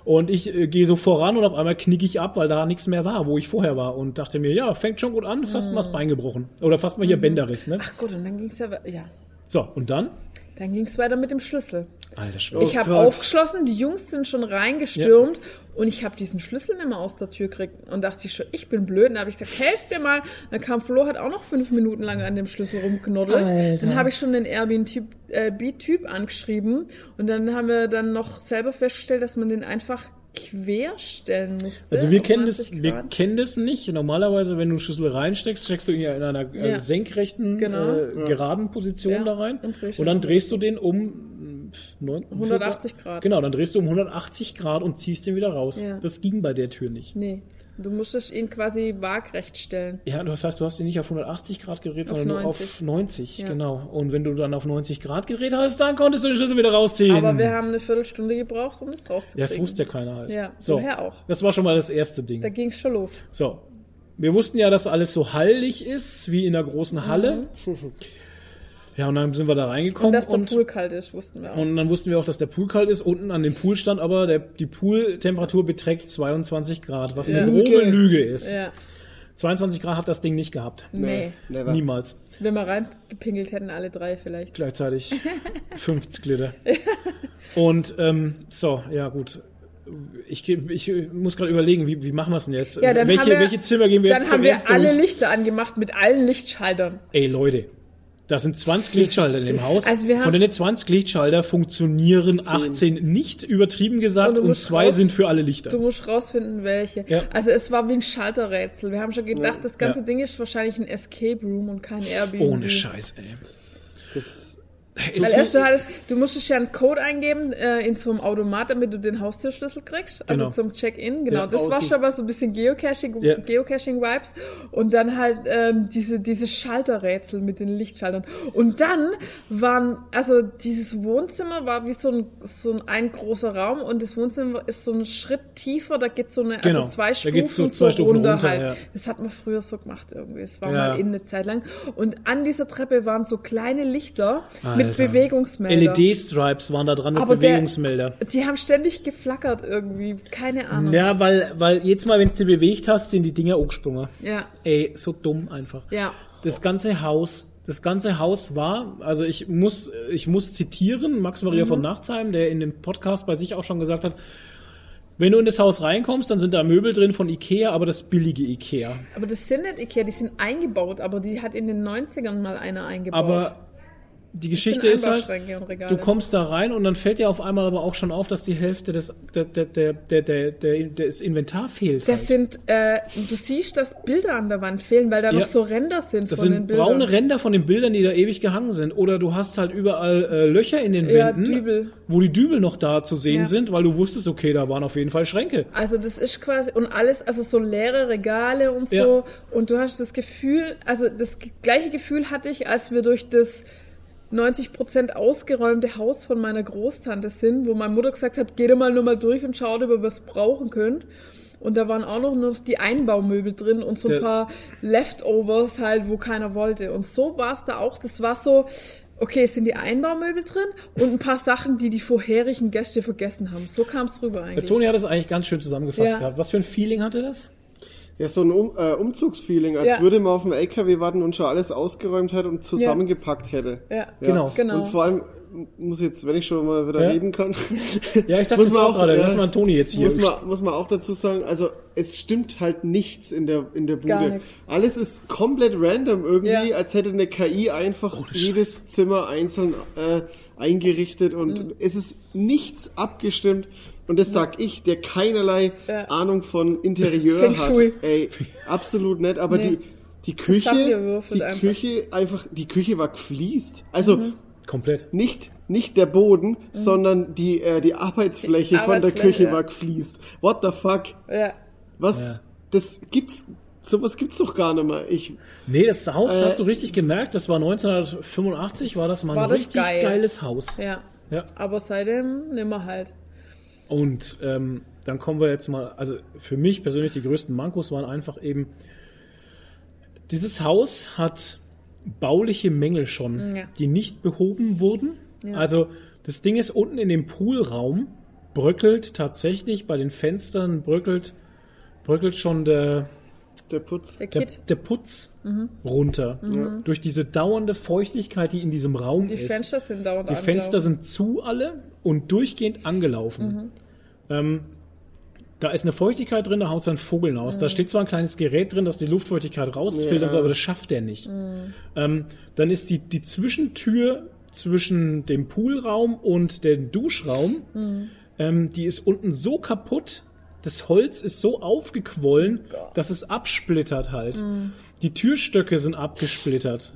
C: Und ich äh, gehe so voran und auf einmal knicke ich ab, weil da nichts mehr war, wo ich vorher war und dachte mir, ja, fängt schon gut an, fast mal das Bein gebrochen oder fast mal hier Bänderriss, ne?
A: Ach gut, und dann ging's ja, we- ja,
C: So, und dann?
A: dann ging's weiter mit dem Schlüssel.
C: Alter Schwede.
B: Oh
A: ich habe
B: Gott.
A: aufgeschlossen, die Jungs sind schon reingestürmt und ich habe diesen Schlüssel nicht mehr aus der Tür gekriegt und dachte ich schon, ich bin blöd. Und da habe ich gesagt, helft mir mal. Dann kam Flo, hat auch noch fünf Minuten lang an dem Schlüssel rumknoddelt.
C: Alter.
A: Dann habe ich schon den Airbnb-Typ äh, B-Typ angeschrieben und dann haben wir dann noch selber festgestellt, dass man den einfach querstellen musste.
C: Also wir
A: auf
C: kennen das,
A: 90
C: wir
A: Grad.
C: kennen das nicht. Normalerweise, wenn du einen Schlüssel reinsteckst, steckst du ihn ja in einer äh,
A: Ja.
C: senkrechten,
A: Genau.
C: äh, geraden Position
A: Ja,
C: da rein.
A: und drehst
C: Und dann
A: ihn.
C: drehst du den um äh, neun-
A: 180 Grad.
C: Genau, dann drehst du um 180 Grad und ziehst den wieder raus.
A: Ja.
C: Das ging bei der Tür nicht.
A: Nee, du musstest ihn quasi waagrecht stellen.
C: Ja, das heißt, du hast ihn nicht auf 180 Grad gedreht,
A: Auf
C: sondern nur
A: 90.
C: auf 90,
A: Ja.
C: genau. Und wenn du dann auf 90 Grad gedreht hast, dann konntest du den Schlüssel wieder rausziehen.
A: Aber wir haben eine Viertelstunde gebraucht, um das
C: ja,
A: rauszukriegen.
C: das wusste ja keiner halt.
A: Ja,
C: so.
A: woher auch?
C: Das war schon mal das erste
A: Da
C: Ding.
A: ging's schon los.
C: So. Wir wussten ja, dass alles so hallig ist, wie in einer großen Halle. Ja, und dann sind wir da reingekommen.
A: Mhm. Und dass der Pool kalt ist, wussten wir auch.
C: Und dann wussten wir auch, dass der Pool kalt ist. Unten an dem Pool stand aber, der, die Pooltemperatur beträgt 22 Grad, was eine
B: Lüge.
C: grobe Lüge ist.
A: ja,
C: 22 Grad hat das Ding nicht gehabt.
A: nee.
B: Never.
C: Niemals.
A: Wenn wir reingepinkelt hätten, alle drei vielleicht.
C: Gleichzeitig 50 Liter. Und ähm, so, ja gut. Ich, geh- ich muss gerade überlegen, wie, wie machen wir es denn jetzt?
A: Ja, dann
C: welche,
A: haben wir,
C: welche Zimmer gehen wir
A: dann
C: jetzt
A: haben
C: zuerst
A: wir alle
C: durch?
A: Lichter angemacht mit allen Lichtschaltern.
C: Ey Leute, da sind 20 Lichtschalter in dem Haus.
A: Also wir haben-
C: Von den 20 Lichtschalter funktionieren 18 nicht übertrieben
A: Und
C: gesagt
A: du
C: und,
A: musst
C: zwei
A: raus-
C: sind für alle Lichter.
A: Du musst rausfinden, welche.
C: Ja.
A: Also es war wie ein Schalterrätsel. Wir haben schon gedacht, das ganze
C: Ja.
A: Ding ist wahrscheinlich ein Escape Room und kein Airbnb.
C: Ohne Scheiß, ey.
B: Das,
A: Weil
C: Ist-
A: erst du, hattest, du musstest ja einen Code eingeben äh, in so einem Automat, damit du den Haustürschlüssel kriegst, also
C: Genau.
A: zum Check-in. Genau,
C: Ja,
A: das war
B: außen.
A: schon mal so ein bisschen Geocaching,
C: Ja.
A: Geocaching-Vibes. Und dann halt ähm, diese, diese Schalterrätsel mit den Lichtschaltern. Und dann waren, also dieses Wohnzimmer war wie so ein, so ein, ein großer Raum und das Wohnzimmer ist so ein Schritt tiefer, da geht so eine,
C: Genau.
A: also zwei
C: Da
A: Stufen,
C: geht's so zwei Stufen runter,
A: halt.
C: ja.
A: Das hat man früher so gemacht irgendwie. Es war
C: Ja.
A: mal in eine Zeit lang. Und an dieser Treppe waren so kleine Lichter
C: Ah.
A: mit
C: Alter. E
A: Bewegungsmelder.
C: LED-Stripes waren da dran mit
A: Aber der-
C: Bewegungsmelder.
A: Die haben ständig geflackert irgendwie. Keine Ahnung.
C: Ja, weil, weil jetzt mal, wenn du bewegt hast, sind die Dinger hochgesprungen.
A: Ja.
C: Ey, so dumm einfach.
A: Ja.
C: Das ganze Haus, das ganze Haus war, also ich muss, ich muss zitieren, Max
A: Mhm.
C: Maria von Nachtsheim, der in dem Podcast bei sich auch schon gesagt hat, wenn du in das Haus reinkommst, dann sind da Möbel drin von Ikea, aber das billige Ikea.
A: Aber das sind nicht Ikea, die sind eingebaut, aber die hat in den 90ern mal einer eingebaut.
C: Aber die
A: Das sind
C: Geschichte ist halt,
A: Einbauschränke und Regale.
C: Du kommst da rein und dann fällt dir auf einmal aber auch schon auf, dass die Hälfte des, der, der, der, der, der, der, des Inventar fehlt.
A: das
C: halt.
A: sind, äh, du siehst, dass Bilder an der Wand fehlen, weil da
C: Ja.
A: noch so Ränder sind
C: das
A: von
C: sind
A: den Bildern.
C: braune Ränder von den Bildern, die da ewig gehangen sind. Oder du hast halt überall äh, Löcher in den
A: Ja,
C: Wänden,
A: Dübel.
C: wo die Dübel noch da zu sehen
A: Ja.
C: sind, weil du wusstest, okay, da waren auf jeden Fall Schränke.
A: Also das ist quasi und alles, also so leere Regale und
C: Ja.
A: so. Und du hast das Gefühl, also das g- gleiche Gefühl hatte ich, als wir durch das 90% ausgeräumte Haus von meiner Großtante sind, wo meine Mutter gesagt hat, geh da mal nur mal durch und schaut, ob ihr was brauchen könnt. Und da waren auch noch, noch die Einbaumöbel drin und so ein
C: Der-
A: paar Leftovers halt, wo keiner wollte. Und so war es da auch. Das war so, okay, es sind die Einbaumöbel drin und ein paar Sachen, die die vorherigen Gäste vergessen haben. So kam es rüber
C: Der
A: eigentlich.
C: Äh, Toni hat das eigentlich ganz schön zusammengefasst
A: Ja.
C: gehabt. Was für ein Feeling hatte das?
B: ja, so ein um, äh, Umzugsfeeling, als
A: Ja.
B: würde man auf dem LKW warten und schon alles ausgeräumt hätte und zusammengepackt hätte.
A: Ja,
B: Ja.
C: Genau.
A: Genau.
B: Und vor allem, muss jetzt, wenn ich schon mal wieder
C: Ja.
B: reden kann.
C: Ja, ich dachte jetzt auch gerade,
B: ja,
C: lass mal Toni jetzt hier.
B: Muss man, muss man auch dazu sagen, also es stimmt halt nichts in der, in der Bude.
A: Gar nichts.
B: Alles ist komplett random irgendwie,
A: Ja.
B: als hätte eine KI einfach jedes Zimmer einzeln äh, eingerichtet und
A: Mhm.
B: es ist nichts abgestimmt. Und das sag ich, der keinerlei
A: Ja.
B: Ahnung von Interieur
A: Feng
B: hat.
A: Shui.
B: Ey, absolut nett, aber
A: Nee.
B: die, die Küche,
A: zusammenwürfelt
B: die
A: einfach. Mhm.
B: Küche einfach, die Küche war gefliest. Also,
C: Komplett.
B: nicht, nicht der Boden, sondern die, äh, die Arbeitsfläche
A: Die
B: von der
A: Arbeitsfläche,
B: Küche
A: ja.
B: war gefliest. What the fuck?
A: Ja.
B: Was?
C: Ja.
B: Das gibt's, sowas gibt's doch gar nicht mehr. Ich,
C: Nee, das Haus
B: Äh,
C: hast du richtig gemerkt, das war 1985, war das mal
A: War
C: ein
A: das
C: richtig
A: geil.
C: geiles Haus.
A: Ja.
C: Ja.
A: Aber seitdem nimmer halt.
C: Und ähm, dann kommen wir jetzt mal, also für mich persönlich die größten Mankos waren einfach eben, dieses Haus hat bauliche Mängel schon,
A: Mm, Ja.
C: die nicht behoben wurden. Also das Ding ist, unten in dem Poolraum bröckelt tatsächlich bei den Fenstern, bröckelt, bröckelt schon der,
B: der Putz.
A: Der
C: der,
A: Kid.
C: der Putz
A: Mhm.
C: runter. Durch diese dauernde Feuchtigkeit, die in diesem Raum
A: Die
C: ist.
A: Fenster sind dauernd
C: Die Fenster sind zu alle und durchgehend angelaufen. Ähm, da ist eine Feuchtigkeit drin, da haut sein Vogel aus. Da steht zwar ein kleines Gerät drin, dass die Luftfeuchtigkeit rausfiltert,
B: Ja.
C: aber das schafft er nicht. Ähm, dann ist die, die Zwischentür zwischen dem Poolraum und dem Duschraum, ähm, die ist unten so kaputt, das Holz ist so aufgequollen, dass es absplittert halt. Die Türstöcke sind abgesplittert.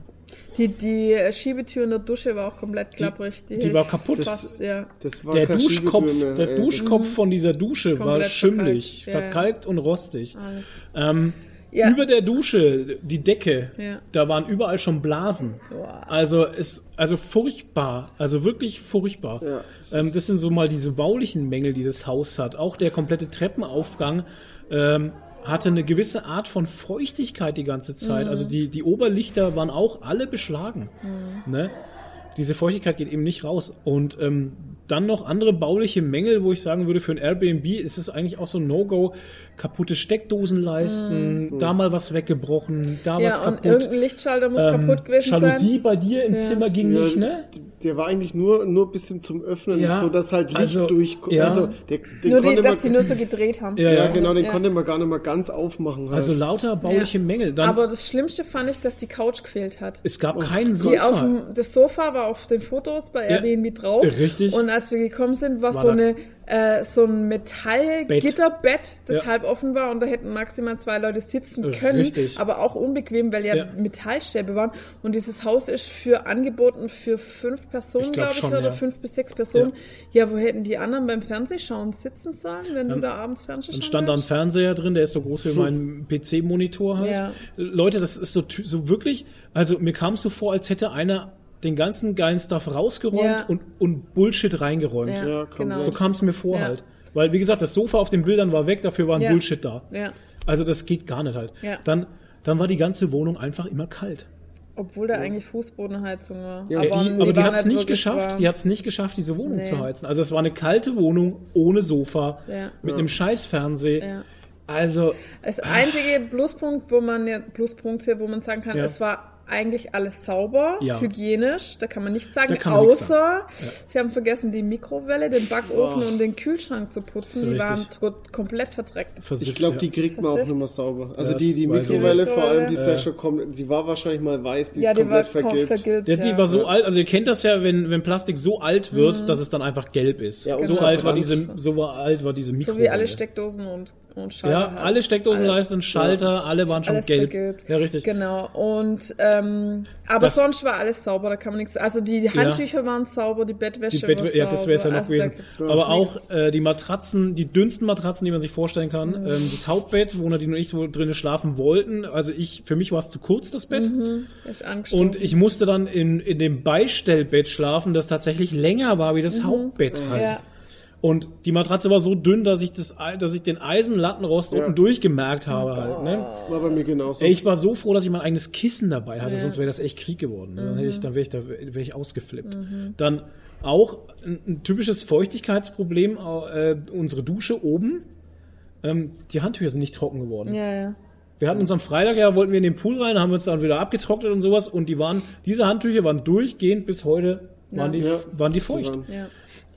A: Die, die äh, Schiebetür in der Dusche war auch komplett klapprig.
C: die war kaputt.
A: Fast, ja.
B: Das war
C: der
B: keine
C: Duschkopf,
B: Schiebetür mehr,
C: der
B: ey.
C: Duschkopf von dieser Dusche war
A: Komplett
C: schimmlig,
A: verkalkt, ja, ja.
C: verkalkt und rostig.
A: Alles.
C: Ähm,
A: Ja.
C: Über der Dusche, die Decke,
A: Ja.
C: da waren überall schon Blasen.
A: Boah.
C: Also ist also furchtbar, also wirklich furchtbar.
B: Ja.
C: Ähm, das sind so mal diese baulichen Mängel, die das Haus hat. Auch der komplette Treppenaufgang ähm, hatte eine gewisse Art von Feuchtigkeit die ganze
A: Mhm.
C: Zeit. Also die, die Oberlichter waren auch alle beschlagen.
A: Mhm.
C: Ne? Diese Feuchtigkeit geht eben nicht raus. Und ähm, dann noch andere bauliche Mängel, wo ich sagen würde, für ein Airbnb ist es eigentlich auch so ein No-Go. Kaputte Steckdosenleisten, da mal was weggebrochen, da was
A: Hm. Ja, und
C: kaputt. Ähm,
A: irgendein Lichtschalter muss kaputt gewesen
C: Jalousie
A: sein.
C: bei dir im Zimmer ging
B: Ja,
C: nicht, ne?
B: Der war eigentlich nur, nur ein bisschen zum Öffnen,
C: Ja,
B: so dass halt Licht
C: also-
B: durch,
C: ja.
B: also, der, den
A: Nur die,
B: konnte
A: dass die
B: man,
A: nur so gedreht haben.
C: Ja,
B: ja, genau, den
A: Ja.
B: konnte man gar nicht mal ganz aufmachen halt.
C: Also lauter bauliche
A: Ja.
C: Mängel. Dann,
A: Aber das Schlimmste fand ich, dass die Couch gefehlt hat.
C: es gab keinen
A: Die auf
C: Sofa.
A: dem, das Sofa war auf den Fotos bei
C: Ja.
A: Airbnb drauf.
C: Richtig.
A: Und als wir gekommen sind, war,
C: War
A: so,
C: da-
A: eine, äh, so ein Metall-Gitterbett, das
C: Ja. Äh,
A: halb offen war und da hätten maximal zwei Leute sitzen können.
C: Richtig.
A: Aber auch unbequem, weil ja,
C: Ja.
A: Metallstäbe waren. Und dieses Haus ist für angeboten für fünf Personen,
C: Ich glaub
A: glaube ich,
C: schon,
A: oder
C: ja.
A: fünf bis sechs Personen. Ja. wo hätten die anderen beim Fernsehschauen sitzen sollen, wenn du
C: Dann-
A: da abends Fernsehen
C: Dann
A: schauen
C: stand da ein
A: willst?
C: Fernseher drin, der ist so groß wie mein PC-Monitor halt.
A: Ja.
C: Leute, das ist so, ty- so wirklich, also mir kam es so vor, als hätte einer den ganzen geilen Stuff rausgeräumt
A: Ja.
C: und, und Bullshit reingeräumt.
A: Ja,
B: Ja,
A: genau.
B: komplett.
C: So kam es mir vor
A: Ja.
C: halt. Weil, wie gesagt, das Sofa auf den Bildern war weg, dafür war ein
A: Ja.
C: Bullshit da.
A: Ja,
C: Also das geht gar nicht halt.
A: Ja.
C: Dann, dann war die ganze Wohnung einfach immer kalt.
A: obwohl da eigentlich Fußbodenheizung war.
C: Ja, die, aber die
A: waren halt
C: hat es nicht
A: wirklich
C: geschafft,
A: warm.
C: die hat es nicht geschafft, diese Wohnung
A: Nee.
C: zu heizen. Also es war eine kalte Wohnung ohne Sofa,
A: Ja.
C: mit einem scheiß Fernseher.
A: Ja.
C: Also,
A: Das einzige Pluspunkt, wo man ja, Pluspunkte, wo man sagen kann,
C: Ja.
A: es war eigentlich alles sauber,
C: Ja.
A: hygienisch, da kann man nichts sagen,
C: Da kann man nichts
A: außer sie haben vergessen, die Mikrowelle, den Backofen
B: Oh.
A: und den Kühlschrank zu putzen. Die
C: Richtig.
A: waren tr- komplett verdreckt.
C: versifft,
B: Ich glaube, die
C: ja.
B: kriegt man auch
A: Versifft.
B: nicht mehr sauber. Also
C: Ja,
B: die,
C: das
B: die
C: weiß ich
B: Mikrowelle
A: nicht.
B: vor allem, die ist ja
C: Äh.
B: schon komplett, die war wahrscheinlich mal weiß, die
A: ja,
B: ist
A: die war
B: komplett
A: vergilbt.
B: vergilbt.
A: vergilbt
C: Ja,
A: ja,
C: die war so alt, also ihr kennt das ja, wenn, wenn Plastik so alt wird,
A: Mhm.
C: dass es dann einfach gelb ist.
B: Ja, und
C: so
A: genau.
C: alt war
B: verbrannt.
C: diese, so war alt war diese
A: so
C: Mikrowelle.
A: wie alle Steckdosen und, und Schalter.
C: Ja,
A: halt.
C: alle Steckdosenleisten, Schalter, alle waren schon
A: Alles
C: gelb.
A: vergilbt.
C: Ja, richtig.
A: Genau. Und ähm, aber
C: Das-
A: sonst war alles sauber, da kann man nichts. Also die Handtücher waren sauber, die Bettwäsche
C: Die Bettwä-
A: war sauber.
C: ja, das wäre es ja noch
A: also da
C: gewesen.
A: gibt's
C: Aber
A: nichts. Mhm.
C: auch äh, die Matratzen, die dünnsten Matratzen, die man sich vorstellen kann. Ähm, das Hauptbett, wo Nadine und ich wohl drinnen schlafen wollten. Also ich, für mich war es zu kurz, das Bett.
A: Ist angestoßen.
C: Und ich musste dann in, in dem Beistellbett schlafen, das tatsächlich länger war wie das Hauptbett halt.
A: Mhm. ja.
C: Und die Matratze war so dünn, dass ich, das, Ei- dass ich den Eisenlattenrost
B: Ja. Oh.
C: unten durchgemerkt habe. halt, ne?
B: War bei mir genauso.
C: Ey, Ich war so froh, dass ich mein eigenes Kissen dabei hatte,
A: Ja. Mhm.
C: sonst wäre das echt Krieg geworden. ne? Dann, hätte ich, dann wäre ich, da, wäre ich ausgeflippt. Dann auch ein, ein typisches Feuchtigkeitsproblem, äh, unsere Dusche oben. Ähm, die Handtücher sind nicht trocken geworden.
A: Ja, ja.
C: Wir hatten uns am Freitag, ja, wollten wir in den Pool rein, haben uns dann wieder abgetrocknet und sowas. Und die waren, diese Handtücher waren durchgehend bis heute waren, die,
B: Ja.
C: waren die feucht.
B: Waren-
A: Ja.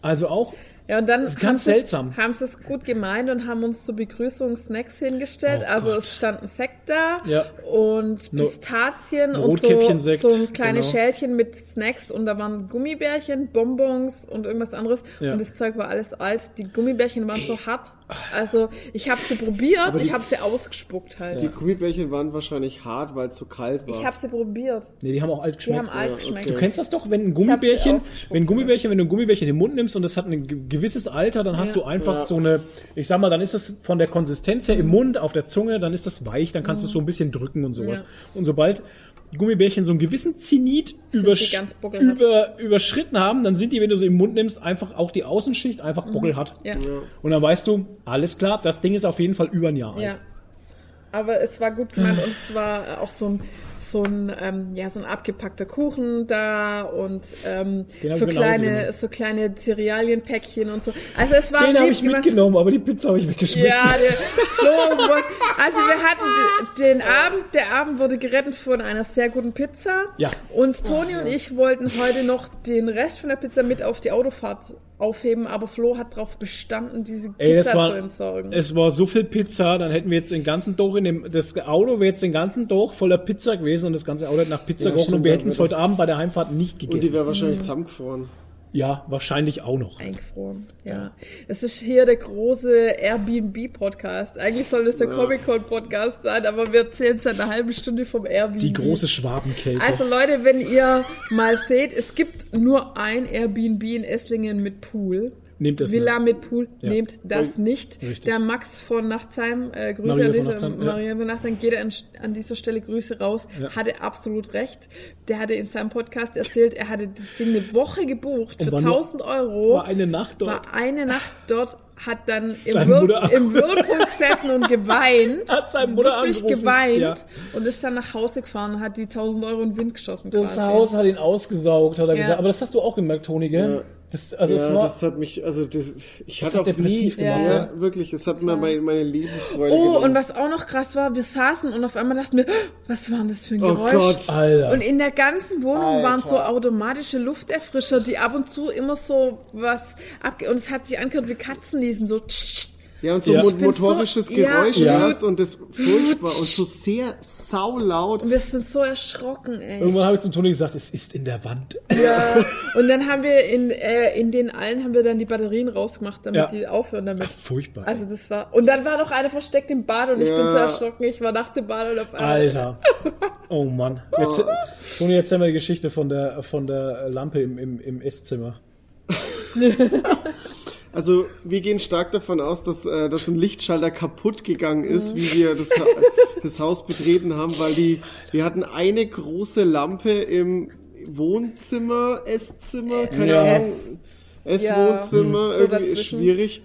C: Also auch
A: Ja, und dann
C: Das ist
A: haben
C: ganz
A: sie es-
C: seltsam.
A: haben sie es gut gemeint und haben uns zur Begrüßung Snacks hingestellt.
C: Oh
A: also
C: Gott.
A: es standen Sekt da
C: Ja.
A: und
C: No-
A: Pistazien
C: ein
A: und so,
C: Rotkäppchensekt,
A: so ein kleine
C: genau.
A: Schälchen mit Snacks und da waren Gummibärchen, Bonbons und irgendwas anderes.
C: Ja.
A: Und das Zeug war alles alt. Die Gummibärchen waren so hart. Also ich habe sie probiert,
B: die-
A: ich habe sie ausgespuckt halt.
B: Die Gummibärchen waren wahrscheinlich hart, weil es so kalt war.
A: Ich habe sie probiert.
C: Nee, die haben auch alt
A: Die
C: geschmeckt.
A: haben alt
B: Ja,
A: geschmeckt.
B: okay.
C: Du kennst das doch, wenn ein
A: hab sie
C: Gummibärchen,
A: ausgespuckt,
C: wenn ein Gummibärchen, wenn du ein Gummibärchen in den Mund nimmst und das hat ein ge- gewisses Alter, dann hast
A: Ja. Mhm.
C: du einfach
B: Ja.
C: so eine, ich sag mal, dann ist es von der Konsistenz her im Mund, auf der Zunge, dann ist das weich, dann kannst du es so ein bisschen drücken und sowas. Und sobald Gummibärchen so einen gewissen Zenit übersch
A: die ganz buckelhart.
C: über, überschritten haben, dann sind die, wenn du sie im Mund nimmst, einfach auch die Außenschicht einfach buckelhart.
A: Mhm. Ja.
B: ja.
C: Und dann weißt du, alles klar, das Ding ist auf jeden Fall über ein Jahr alt.
A: Ja. Aber es war gut gemeint und es war auch so ein, so ein, ähm, ja, so ein abgepackter Kuchen da und ähm,
C: Den hab
A: so,
C: ich mir nach Hause
A: kleine,
C: genommen.
A: so kleine Cerealienpäckchen und so. Also es war
C: Den
A: lieb
C: habe ich
A: gemacht.
C: mitgenommen, aber die Pizza habe ich weggeschmissen.
A: Ja, der Flo wollte, also wir hatten de- den Abend, der Abend wurde gerettet von einer sehr guten Pizza.
C: Ja.
A: Und Toni und ich wollten heute noch den Rest von der Pizza mit auf die Autofahrt aufheben, aber Flo hat darauf bestanden, diese Pizza
C: Ey, das war,
A: zu entsorgen.
C: es war so viel Pizza, dann hätten wir jetzt den ganzen Tag in dem, das Auto wäre jetzt den ganzen Tag voller Pizza gewesen und das ganze Auto hätte nach Pizza
B: Ja,
C: gerochen und
B: stimmt,
C: wir
B: ja,
C: hätten es
B: würde-
C: heute Abend bei der Heimfahrt nicht
B: Und die
C: gegessen.
B: wäre wahrscheinlich zusammengefroren.
C: Ja, wahrscheinlich auch noch.
A: Eingefroren, ja. Es ist hier der große Airbnb-Podcast. Eigentlich soll das der
B: Ja.
A: Comic-Con-Podcast sein, aber wir erzählen seit einer halben Stunde vom Airbnb.
C: Die große Schwabenkälte.
A: Also Leute, wenn ihr mal seht, es gibt nur ein Airbnb in Esslingen mit Pool.
C: Nehmt das
A: Villa
C: nicht.
A: mit Pool,
C: Ja.
A: nehmt das nicht.
C: Richtig.
A: Der Max von Nachtsheim, äh, Grüße
C: Maria
A: an
C: von
A: dieser,
C: Nachtsheim, ja.
A: Maria von Nachtsheim, geht an, an dieser Stelle Grüße raus,
C: Ja.
A: hatte absolut recht. Der hatte in seinem Podcast erzählt, er hatte das Ding eine Woche gebucht
C: Und
A: für
C: war nur-
A: 1000 Euro
C: war eine Nacht dort.
A: war eine Nacht dort, hat dann im,
C: Seine
A: Whirl
C: Mutter-
A: im Whirlpool gesessen und geweint.
C: Hat seine Mutter
A: Wirklich
C: angerufen.
A: geweint.
C: Ja.
A: Und ist dann nach Hause gefahren und hat die 1000 Euro in den Wind geschossen.
C: das
A: quasi.
C: Haus hat ihn ausgesaugt, hat er
A: Ja.
C: gesagt. Aber das hast du auch gemerkt, Toni, gell?
B: Ja.
C: Das, also
B: ja,
C: es war,
B: das hat mich, also das, ich
C: Das
B: hatte
C: hat
B: auch nie,
C: depressiv gemacht, ne?
B: ja, wirklich, es hat mir meine, meine Lebensfreude
A: Oh,
B: genommen.
A: und was auch noch krass war, wir saßen und auf einmal dachten wir, was war denn das für ein
B: Oh
A: Geräusch?
B: Gott.
C: Alter.
A: Und in der ganzen Wohnung waren
B: Alter.
A: so automatische Lufterfrischer, die ab und zu immer so was abge... Und es hat sich angehört wie Katzenniesen, so... tsch, tsch.
B: Ja, und so
C: Ja.
B: ein
A: Ich bin so-
B: motorisches
A: ja.
B: Geräusch
C: Ja.
B: hast und das furchtbar und so sehr saulaut.
A: Und wir sind so erschrocken, ey.
C: Irgendwann habe ich zum Toni gesagt, es ist in der Wand.
A: Ja, und dann haben wir in, äh, in den allen haben wir dann die Batterien rausgemacht, damit
C: Ja.
A: die aufhören damit.
C: Ach, furchtbar.
A: Also das war. Und dann war noch eine versteckt im Bad und ich bin
B: Ja.
A: so erschrocken. Ich war nach dem Bad und auf einmal.
C: Alter. Oh Mann. Jetzt, Toni, erzähl mal die Geschichte von der, von der Lampe im, im, im Esszimmer.
B: Also wir gehen stark davon aus, dass, äh, dass ein Lichtschalter kaputt gegangen ist,
A: Mhm.
B: wie wir das, Ha- das Haus betreten haben, weil die, wir hatten eine große Lampe im Wohnzimmer, Esszimmer, keine
C: Ja.
A: Äh,
B: Ahnung,
A: Es-
B: Esswohnzimmer,
A: ja. Mhm. So
B: irgendwie ist
A: dazwischen.
B: schwierig.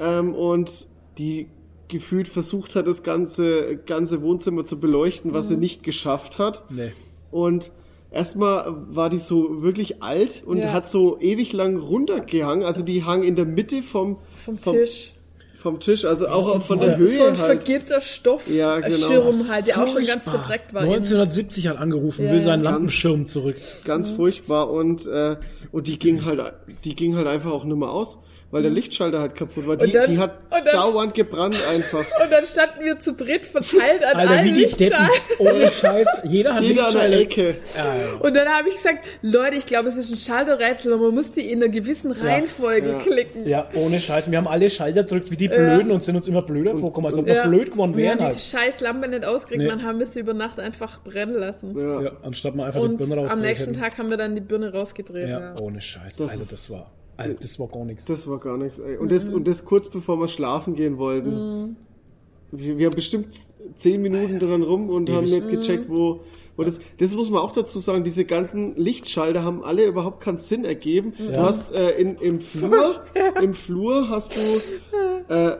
B: Ähm, und die gefühlt versucht hat, das ganze, ganze Wohnzimmer zu beleuchten, was
A: Mhm.
B: sie nicht geschafft hat.
C: Nee.
B: Und erstmal war die so wirklich alt und
A: Ja.
B: hat so ewig lang runtergehangen. Also die hang in der Mitte vom,
A: Vom Tisch.
B: Vom Tisch, also auch auf- von der
C: dieser-
B: Höhe
A: So ein
B: halt.
A: vergilbter Stoff
B: Ja,
A: äh,
B: genau.
A: Schirm halt, der auch schon
C: Furchtbar.
A: ganz verdreckt war.
C: 1970 hat angerufen,
A: Ja,
C: will
A: ja.
C: seinen Lampenschirm zurück.
B: Ganz
A: Mhm.
B: furchtbar. Und, äh, und die ging halt die ging halt einfach auch nicht mehr aus, weil der Lichtschalter halt kaputt war. Die,
A: dann-
B: die hat
A: Mhm. und dann-
B: dauernd gebrannt einfach.
A: und dann standen wir zu dritt verteilt an
C: Alter, wie
A: allen
C: die Deppen.
A: Lichtschalen.
C: Ohne Scheiß. Jeder hat
B: Jeder an der
C: Lichtschalter.
B: Ecke.
A: Und dann habe ich gesagt, Leute, ich glaube, es ist ein Schalterrätsel und man muss die in einer gewissen Reihenfolge
B: Ja.
A: klicken.
C: Ja, ohne Scheiß. Wir haben alle Schalter gedrückt wie die Blöden und sind uns immer blöder vorgekommen, als ob wir
A: Ja.
C: blöd geworden
A: Und wir
C: wären
A: haben
C: halt.
A: diese scheiß Lampe nicht ausgekriegt,
C: Nee.
A: dann haben wir sie über Nacht einfach brennen lassen.
B: Ja.
C: halt. Ja, anstatt mal einfach die
A: Und
C: Birne
A: am
C: rausdrehen
A: nächsten
C: hätten.
A: Tag haben wir dann die Birne rausgedreht. Ja.
C: Ja, Oh, ohne Scheiß.
B: Das
C: Alter,
B: ist-
C: das war. Alter, das war gar nichts.
B: Das war gar nichts, ey. Und, das, und das kurz bevor wir schlafen gehen wollten. Wir, wir haben bestimmt z- zehn Minuten dran rum und haben
C: Ewig.
B: nicht gecheckt, wo, wo das. Das muss man auch dazu sagen, diese ganzen Lichtschalter haben alle überhaupt keinen Sinn ergeben. Du hast äh, in, im Flur, im Flur hast du äh,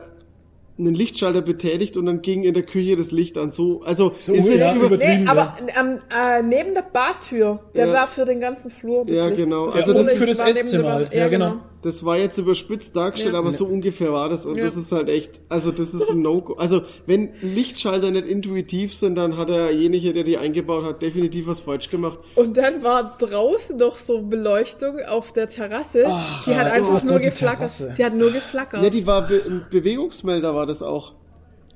B: einen Lichtschalter betätigt und dann ging in der Küche das Licht an. So, also
C: So,
B: ist jetzt
C: ja,
B: über,
C: über- Übertrieben,
A: Nee, aber ähm, äh, neben der Bartür, der
B: Ja.
A: war für den ganzen Flur. das
B: Ja,
A: Licht.
B: genau.
A: Das
B: Also
A: Rolle
B: das-
A: ist-
C: für das
A: war neben der
C: Esszimmer
A: Wand.
C: halt. Ja, genau.
B: das war jetzt überspitzt dargestellt,
A: Ja.
B: aber so ungefähr war das und
A: Ja.
B: das ist halt echt, also das ist ein No-Go. Also wenn Lichtschalter nicht intuitiv sind, dann hat derjenige, der die eingebaut hat, definitiv was falsch gemacht.
A: Und dann war draußen noch so Beleuchtung auf der Terrasse. die hat einfach
C: oh
A: nur
C: Gott, die
A: geflackert.
C: Terrasse.
A: Die, hat nur geflackert.
B: Ne, die war Be ein Bewegungsmelder war das auch.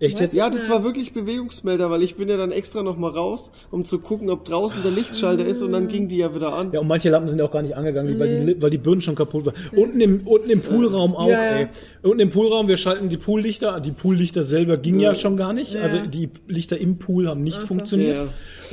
C: Echt jetzt?
B: Ja, das war wirklich Bewegungsmelder, weil ich bin ja dann extra nochmal raus, um zu gucken, ob draußen der Lichtschalter ist
A: Ah.
B: und dann ging die ja wieder an.
C: Ja, und manche Lampen sind ja auch gar nicht angegangen, weil, die, Li- weil die Birnen schon kaputt waren. Unten im, unten im Poolraum auch,
A: Ja, ja.
C: ey. Unten im Poolraum, wir schalten die Poollichter. an. Die Poollichter selber ging ja, schon gar nicht.
A: Ja.
C: Also die Lichter im Pool haben nicht funktioniert.
B: Ja.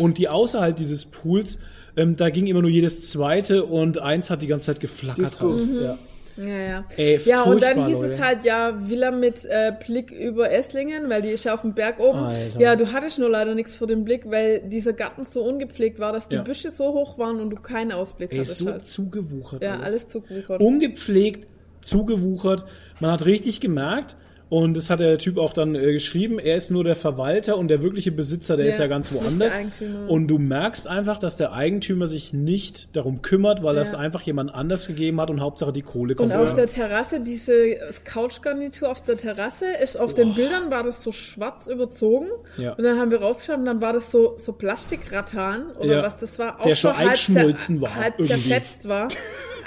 C: Und die außerhalb dieses Pools, ähm, da ging immer nur jedes zweite und eins hat die ganze Zeit geflackert.
B: Disco.
C: Halt.
A: Mhm.
C: Ja.
A: Ja, ja.
C: Ey,
A: ja, und dann
C: furchtbar,
A: hieß es
C: Leute.
A: halt ja Villa mit äh, Blick über Esslingen, weil die ist ja auf dem Berg oben.
C: Alter.
A: Ja, du hattest nur leider nichts vor dem Blick, weil dieser Garten so ungepflegt war, dass die
C: Ja.
A: Büsche so hoch waren und du keinen Ausblick
C: Ey,
A: hattest.
C: so
A: halt.
C: zugewuchert.
A: Ja, alles zugewuchert.
C: ungepflegt zugewuchert. Man hat richtig gemerkt, und das hat der Typ auch dann äh, geschrieben, er ist nur der Verwalter und der wirkliche Besitzer, der
A: Ja,
C: ist ja ganz
A: ist nicht
C: woanders.
A: der Eigentümer.
C: Und du merkst einfach, dass der Eigentümer sich nicht darum kümmert, weil er es
A: Ja.
C: einfach jemand anders gegeben hat und Hauptsache die Kohle kommt.
A: Und auf
C: rein.
A: der Terrasse, diese Couchgarnitur auf der Terrasse, ist auf den Bildern war das so schwarz überzogen.
C: Ja.
A: Und dann haben wir rausgeschaut und dann war das so, so Plastikratan oder
C: Ja.
A: was das war, auch
C: Der
A: schon
C: schon
A: halb,
C: eingeschmolzen war,
A: halb
C: irgendwie.
A: zerfetzt war.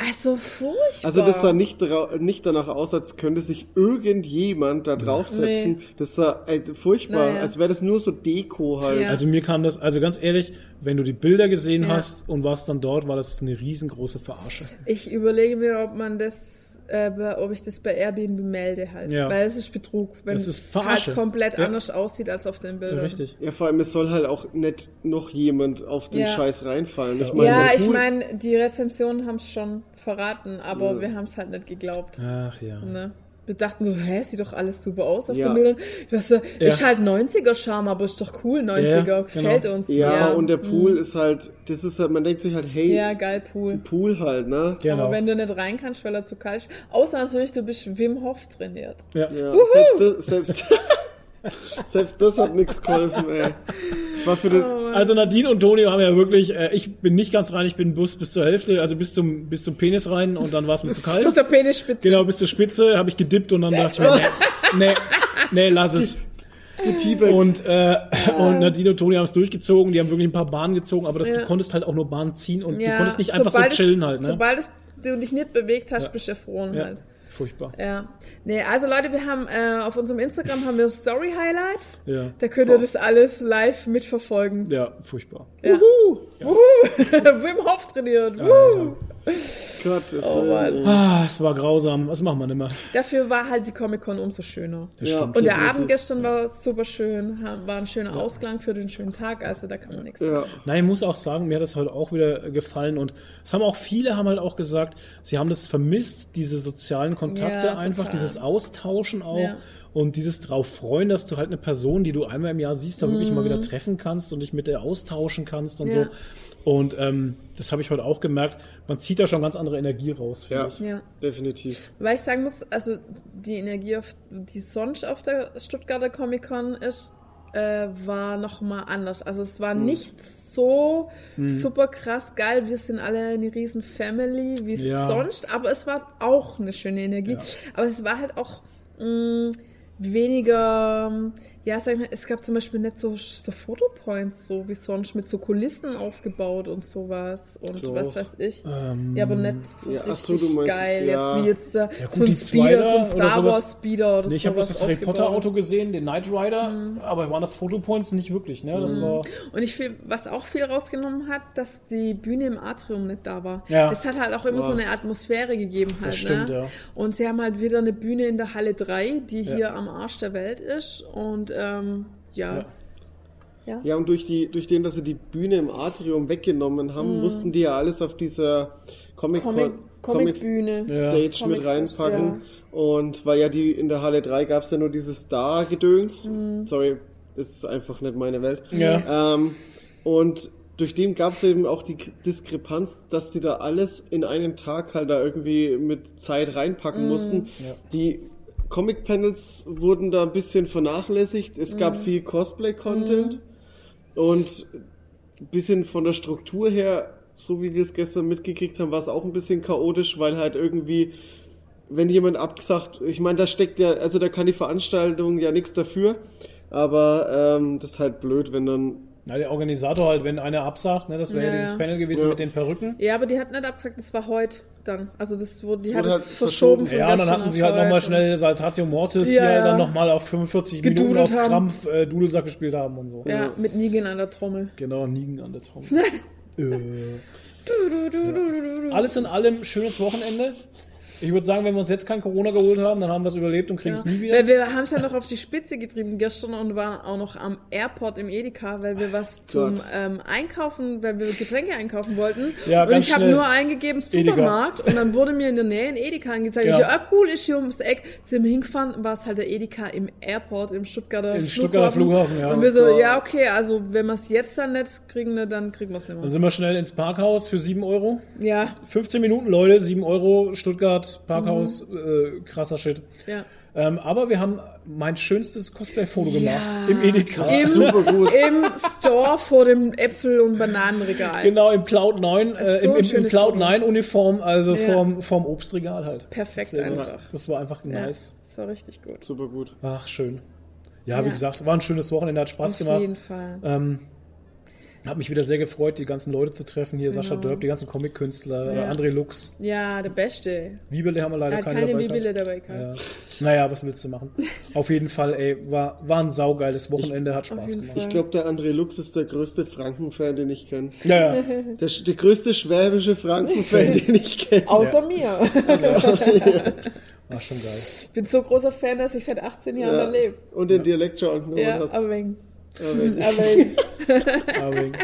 A: Also furchtbar.
B: Also das sah nicht, dra- nicht danach aus, als könnte sich irgendjemand da draufsetzen.
A: Nee.
B: Das sah äh, furchtbar,
A: Naja.
B: als wäre das nur so Deko halt.
A: Ja.
C: also mir kam das, also ganz ehrlich, wenn du die Bilder gesehen
A: Ja.
C: hast und warst dann dort, war das eine riesengroße Verarsche.
A: Ich überlege mir, ob man das, äh, bei- ob ich das bei Airbnb melde halt.
C: Ja.
A: Weil es ist Betrug, wenn
C: Das
A: es
C: ist Verarsche.
A: halt komplett
C: Ja.
A: anders aussieht als auf den Bildern.
C: Richtig.
B: Ja, vor allem, es soll halt auch nicht noch jemand auf den
A: Ja.
B: Scheiß reinfallen. Ich meine,
A: Ja,
B: der
A: ich
B: Pool-
A: meine, die Rezensionen haben es schon verraten, aber wir haben es halt nicht geglaubt.
C: Ach ja.
A: Ne? Wir dachten so, hä, sieht doch alles super aus auf
B: Ja.
A: den Bildern. Weißt du,
C: Ja.
A: Ist halt 90er-Charme, aber ist doch cool, 90er,
C: Ja,
A: gefällt
C: genau.
A: uns.
B: Ja, und der Pool ist halt, das ist halt, man denkt sich halt, hey,
A: Mhm. Ja, geil, Pool.
B: Pool halt, ne?
C: Genau.
A: Aber wenn du nicht rein kannst, weil er zu kalt ist. Außer natürlich, du bist Wim Hof trainiert.
C: Ja.
B: Ja, selbst, selbst, selbst das hat nix geholfen, ey. Ich war für den,
A: Oh.
C: Also Nadine und Toni haben ja wirklich, äh, ich bin nicht ganz rein, ich bin Bus bis zur Hälfte, also bis zum, bis zum Penis rein und dann war es mir zu
A: Bis
C: kalt.
A: zur Penisspitze.
C: Genau, bis zur Spitze habe ich gedippt und dann dachte ich mir, nee, nee, nee lass es.
B: T-Bag.
C: Und, äh, und Nadine und Toni haben es durchgezogen, die haben wirklich ein paar Bahnen gezogen, aber das,
A: Ja.
C: du konntest halt auch nur Bahnen ziehen und
A: Ja,
C: du konntest nicht einfach so
A: sobald es-
C: chillen halt. Ne?
A: Sobald es, du dich nicht bewegt hast, bist du erfroren
C: Ja,
A: halt.
C: furchtbar.
A: Ja. Nee, also Leute, wir haben äh, auf unserem Instagram haben wir Story Highlight.
C: Ja,
A: Da könnt ihr das alles live mitverfolgen.
C: ja furchtbar.
A: Ja. Wuhu! Wuhu! Wim Hof trainiert.
C: Ah,
A: Wuhu!
C: Alter.
B: Gott, das äh,
A: Oh Mann.
B: ey.
C: Ah, es war grausam, was machen wir denn immer?
A: Dafür war halt die Comic Con umso schöner.
B: Ja.
C: stimmt.
A: Und der
B: definitiv.
A: Abend gestern war super schön, ha- war ein schöner Ausklang für den schönen Tag, also da kann man nichts sagen.
B: Ja.
C: Nein, ich muss auch sagen, mir hat das heute auch wieder gefallen und es haben auch viele haben halt auch gesagt, sie haben das vermisst, diese sozialen Kontakte
A: Ja,
C: einfach,
A: total.
C: dieses Austauschen auch
A: Ja.
C: und dieses drauf freuen, dass du halt eine Person, die du einmal im Jahr siehst, da wirklich mal wieder treffen kannst und dich mit der austauschen kannst und
A: Mhm. Ja.
C: so. Und ähm, das habe ich heute auch gemerkt. Man zieht da schon ganz andere Energie raus. finde
B: Ja.
C: Ich.
A: Ja.
B: definitiv.
A: Weil ich sagen muss, also die Energie, auf, die sonst auf der Stuttgarter Comic Con ist, äh, war nochmal anders. Also es
C: Hm.
A: war nicht so super krass geil. Wir sind alle eine riesen Family wie
C: Ja.
A: sonst, aber es war auch eine schöne Energie. Aber es war halt auch mh, weniger, mh, ja, sag ich mal, es gab zum Beispiel nicht so, so Fotopoints, so wie sonst, mit so Kulissen aufgebaut und sowas und
B: Doch.
A: was weiß ich.
C: Ähm,
A: Ja, aber nicht so
B: Ja, ach so,
A: richtig
B: du meinst-
A: geil.
B: ja.
A: Jetzt wie jetzt da
C: gut,
A: so ein
C: die
A: Speeder, so
C: Zweiter
A: ein Star
C: oder sowas.
A: Wars Speeder oder
C: Nee, ich habe bloß
A: sowas
C: das Harry Potter
A: aufgebaut. Mhm.
C: Auto gesehen, den Knight Rider, aber waren das Fotopoints nicht wirklich, ne? Das war
A: Und ich viel, was auch viel rausgenommen hat, dass die Bühne im Atrium nicht da war.
C: Ja.
A: Es hat halt auch immer
B: Wow.
A: so eine Atmosphäre gegeben halt.
C: stimmt,
A: ne?
C: ja.
A: Und sie haben halt wieder eine Bühne in der Halle 3, die
C: Ja.
A: hier am Arsch der Welt ist. Und ähm, ja.
C: Ja.
A: Ja.
B: Ja, und durch die, durch den, dass sie die Bühne im Atrium weggenommen haben, mussten die ja alles auf dieser Comic,
A: Mhm. Comic,
B: Comic
A: Comic-Bühne.
C: Ja.
B: Stage
A: Comic-
B: mit reinpacken. Und weil ja die in der Halle 3 gab es ja nur dieses Star-Gedöns. Sorry, das ist einfach nicht meine Welt.
C: Mhm. Ja.
B: Ähm, und durch den gab es eben auch die K- Diskrepanz, dass sie da alles in einem Tag halt da irgendwie mit Zeit reinpacken mussten.
C: Ja.
B: Die Comic-Panels wurden da ein bisschen vernachlässigt. Es gab viel Cosplay-Content und ein bisschen von der Struktur her, so wie wir es gestern mitgekriegt haben, war es auch ein bisschen chaotisch, weil halt irgendwie, wenn jemand abgesagt, ich meine, da steckt ja, also da kann die Veranstaltung ja nichts dafür, aber ähm, das ist halt blöd, wenn dann
C: Na, der Organisator halt, wenn einer absagt, ne, das wäre ja,
A: Ja,
C: dieses
A: ja.
C: Panel gewesen
B: Ja.
C: mit den Perücken.
A: Ja, aber die hatten nicht abgesagt, das war heute dann. Also das wurde, die
B: Es
A: hat es
B: wurde halt verschoben.
A: verschoben. von
C: Ja, dann
A: gestern
C: hatten
A: auf
C: sie halt nochmal
A: heute.
C: schnell Saltatio Mortis,
A: Ja,
C: die halt dann
A: ja.
C: nochmal auf 45 Minuten
A: Gedudelt
C: auf
A: haben.
C: Krampf äh, Dudelsack gespielt haben und so.
A: Ja, mit Nigen an der Trommel.
C: Genau, Nigen an der Trommel. äh. ja. Alles in allem, schönes Wochenende. Ich würde sagen, wenn wir uns jetzt kein Corona geholt haben, dann haben wir es überlebt und kriegen es
A: Ja.
C: nie wieder.
A: Weil wir haben es ja noch auf die Spitze getrieben gestern und waren auch noch am Airport im Edeka, weil wir was zum
B: Gott.
A: ähm, Einkaufen, weil wir Getränke einkaufen wollten.
C: Ja,
A: und
C: ganz
A: ich habe
C: schnell.
A: nur eingegeben
C: Edeka.
A: Supermarkt und dann wurde mir in der Nähe ein Edeka angezeigt.
C: Ja.
A: Ich, ah cool, ist hier ums Eck. Sind wir hingefahren, war es halt der Edeka im Airport, im Stuttgarter
C: Im
A: Flughafen.
C: Stuttgarter Flughafen, ja.
A: Und wir so,
B: Oh Gott.
A: ja okay, also wenn wir es jetzt dann nicht kriegen, ne, dann kriegen wir es nicht
C: Dann
A: mehr.
C: sind wir schnell ins Parkhaus für 7 Euro.
A: Ja,
C: 15 Minuten, Leute, 7 Euro, Stuttgart, Parkhaus, äh, krasser Shit.
A: Mhm. ja.
C: Ähm, aber wir haben mein schönstes Cosplay-Foto
A: Ja.
C: gemacht im Edeka.
A: Im-
B: super gut.
A: Im Store vor dem Äpfel- und Bananenregal.
C: Genau, im Cloud 9,
A: Ist so
C: äh, im,
A: ein
C: im, im
A: schönes
C: Cloud
A: Foto.
C: 9 Uniform, also
A: Ja.
C: vom, vom Obstregal halt.
A: Perfekt
C: Sehr gut.
A: einfach.
C: Das war einfach
A: Ja,
C: nice.
A: Das war richtig gut.
B: Super gut.
C: Ach, schön. Ja, wie
A: Ja.
C: gesagt, war ein schönes Wochenende, hat Spaß
A: Auf
C: gemacht.
A: jeden Fall.
C: Ähm, hab mich wieder sehr gefreut, die ganzen Leute zu treffen. Hier Sascha
A: Genau.
C: Dörp, die ganzen Comic-Künstler,
A: Ja.
C: äh, André Lux.
A: Ja, der Beste.
C: Bibele haben wir leider
A: Er hat
C: keine,
A: keine
C: dabei gehabt.
A: Bibele dabei gehabt.
C: Ja. Naja, was willst du machen? Auf jeden Fall, ey, war, war ein saugeiles Wochenende, hat Spaß
A: jeden
C: gemacht.
A: Fall.
B: Ich glaube, der André Lux ist der größte Franken-Fan, den ich kenne.
C: Ja, ja.
B: Der, sch- der größte schwäbische Franken-Fan, den ich kenne.
A: Außer mir.
C: War schon geil.
A: Ich bin so großer Fan, dass ich seit 18 Jahren
B: Ja.
A: erlebe.
B: Und den Dialekt schon angenommen
A: Ja,
B: hast.
A: aber wegen.
B: Ja, wirklich.
A: Aber wegen.
C: Aber-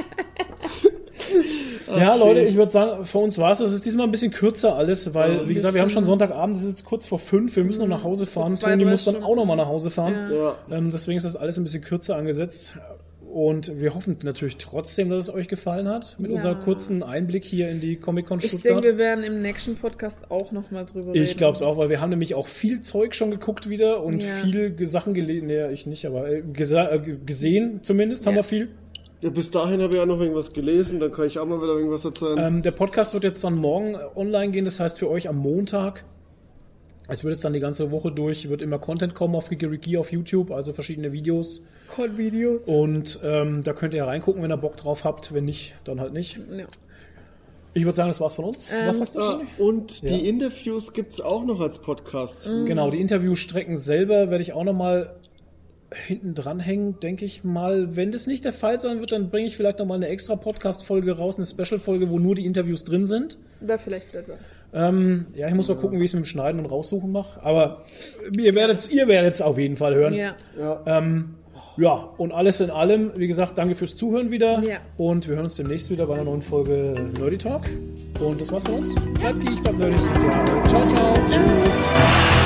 C: ja, Leute, ich würde sagen, für uns war es. Es ist diesmal ein bisschen kürzer alles, weil,
B: Ja, ein
C: wie gesagt, wir haben schon Sonntagabend, es ist jetzt kurz vor fünf, wir müssen noch nach Hause fahren.
A: zwei,
C: Toni
A: drei
C: muss dann
A: Stunden.
C: auch nochmal nach Hause fahren.
B: ja.
C: Ähm, deswegen ist das alles ein bisschen kürzer angesetzt. Und wir hoffen natürlich trotzdem, dass es euch gefallen hat mit
A: Ja.
C: unserem kurzen Einblick hier in die Comic-Con
A: ich denke,
C: Stuttgart.
A: wir werden im nächsten Podcast auch nochmal drüber reden.
C: Oh Ich glaube es auch, weil wir haben nämlich auch viel Zeug schon geguckt wieder und
A: Ja.
C: viel Ge- Sachen gelesen. Nee, ich nicht, aber äh, gesa- äh, g- gesehen zumindest haben
A: Ja.
C: wir viel.
B: ja, bis dahin habe ich auch noch irgendwas gelesen, dann kann ich auch mal wieder irgendwas erzählen.
C: Ähm, der Podcast wird jetzt dann morgen äh, online gehen, das heißt für euch am Montag. Es wird jetzt dann die ganze Woche durch, wird immer Content kommen auf Gigiriki auf YouTube, also verschiedene Videos.
A: Videos.
C: Und ähm, da könnt ihr reingucken, wenn ihr Bock drauf habt. Wenn nicht, dann halt nicht.
A: Ja.
C: Ich würde sagen, das war's von uns.
A: Ähm,
C: Was hast du?
B: ah,
C: Sonny?
B: und
C: Ja.
B: die Interviews gibt es auch noch als Podcast.
C: Genau, die Interviewstrecken selber werde ich auch nochmal hinten dranhängen, denke ich mal. Wenn das nicht der Fall sein wird, dann bringe ich vielleicht nochmal eine extra Podcast-Folge raus, eine Special-Folge, wo nur die Interviews drin sind.
A: Wäre vielleicht besser.
C: Ähm, ja, ich muss mal gucken, wie ich es mit dem Schneiden und Raussuchen mache. Aber ihr werdet es ihr werdet's auf jeden Fall hören.
A: Ja.
C: Ähm, ja, und alles in allem, wie gesagt, danke fürs Zuhören wieder.
A: Ja.
C: Und wir hören uns demnächst wieder bei einer neuen Folge Nerdy Talk. Und das war's von uns. Bleibt geek, bleibt nerdig. Ciao, ciao. Tschüss.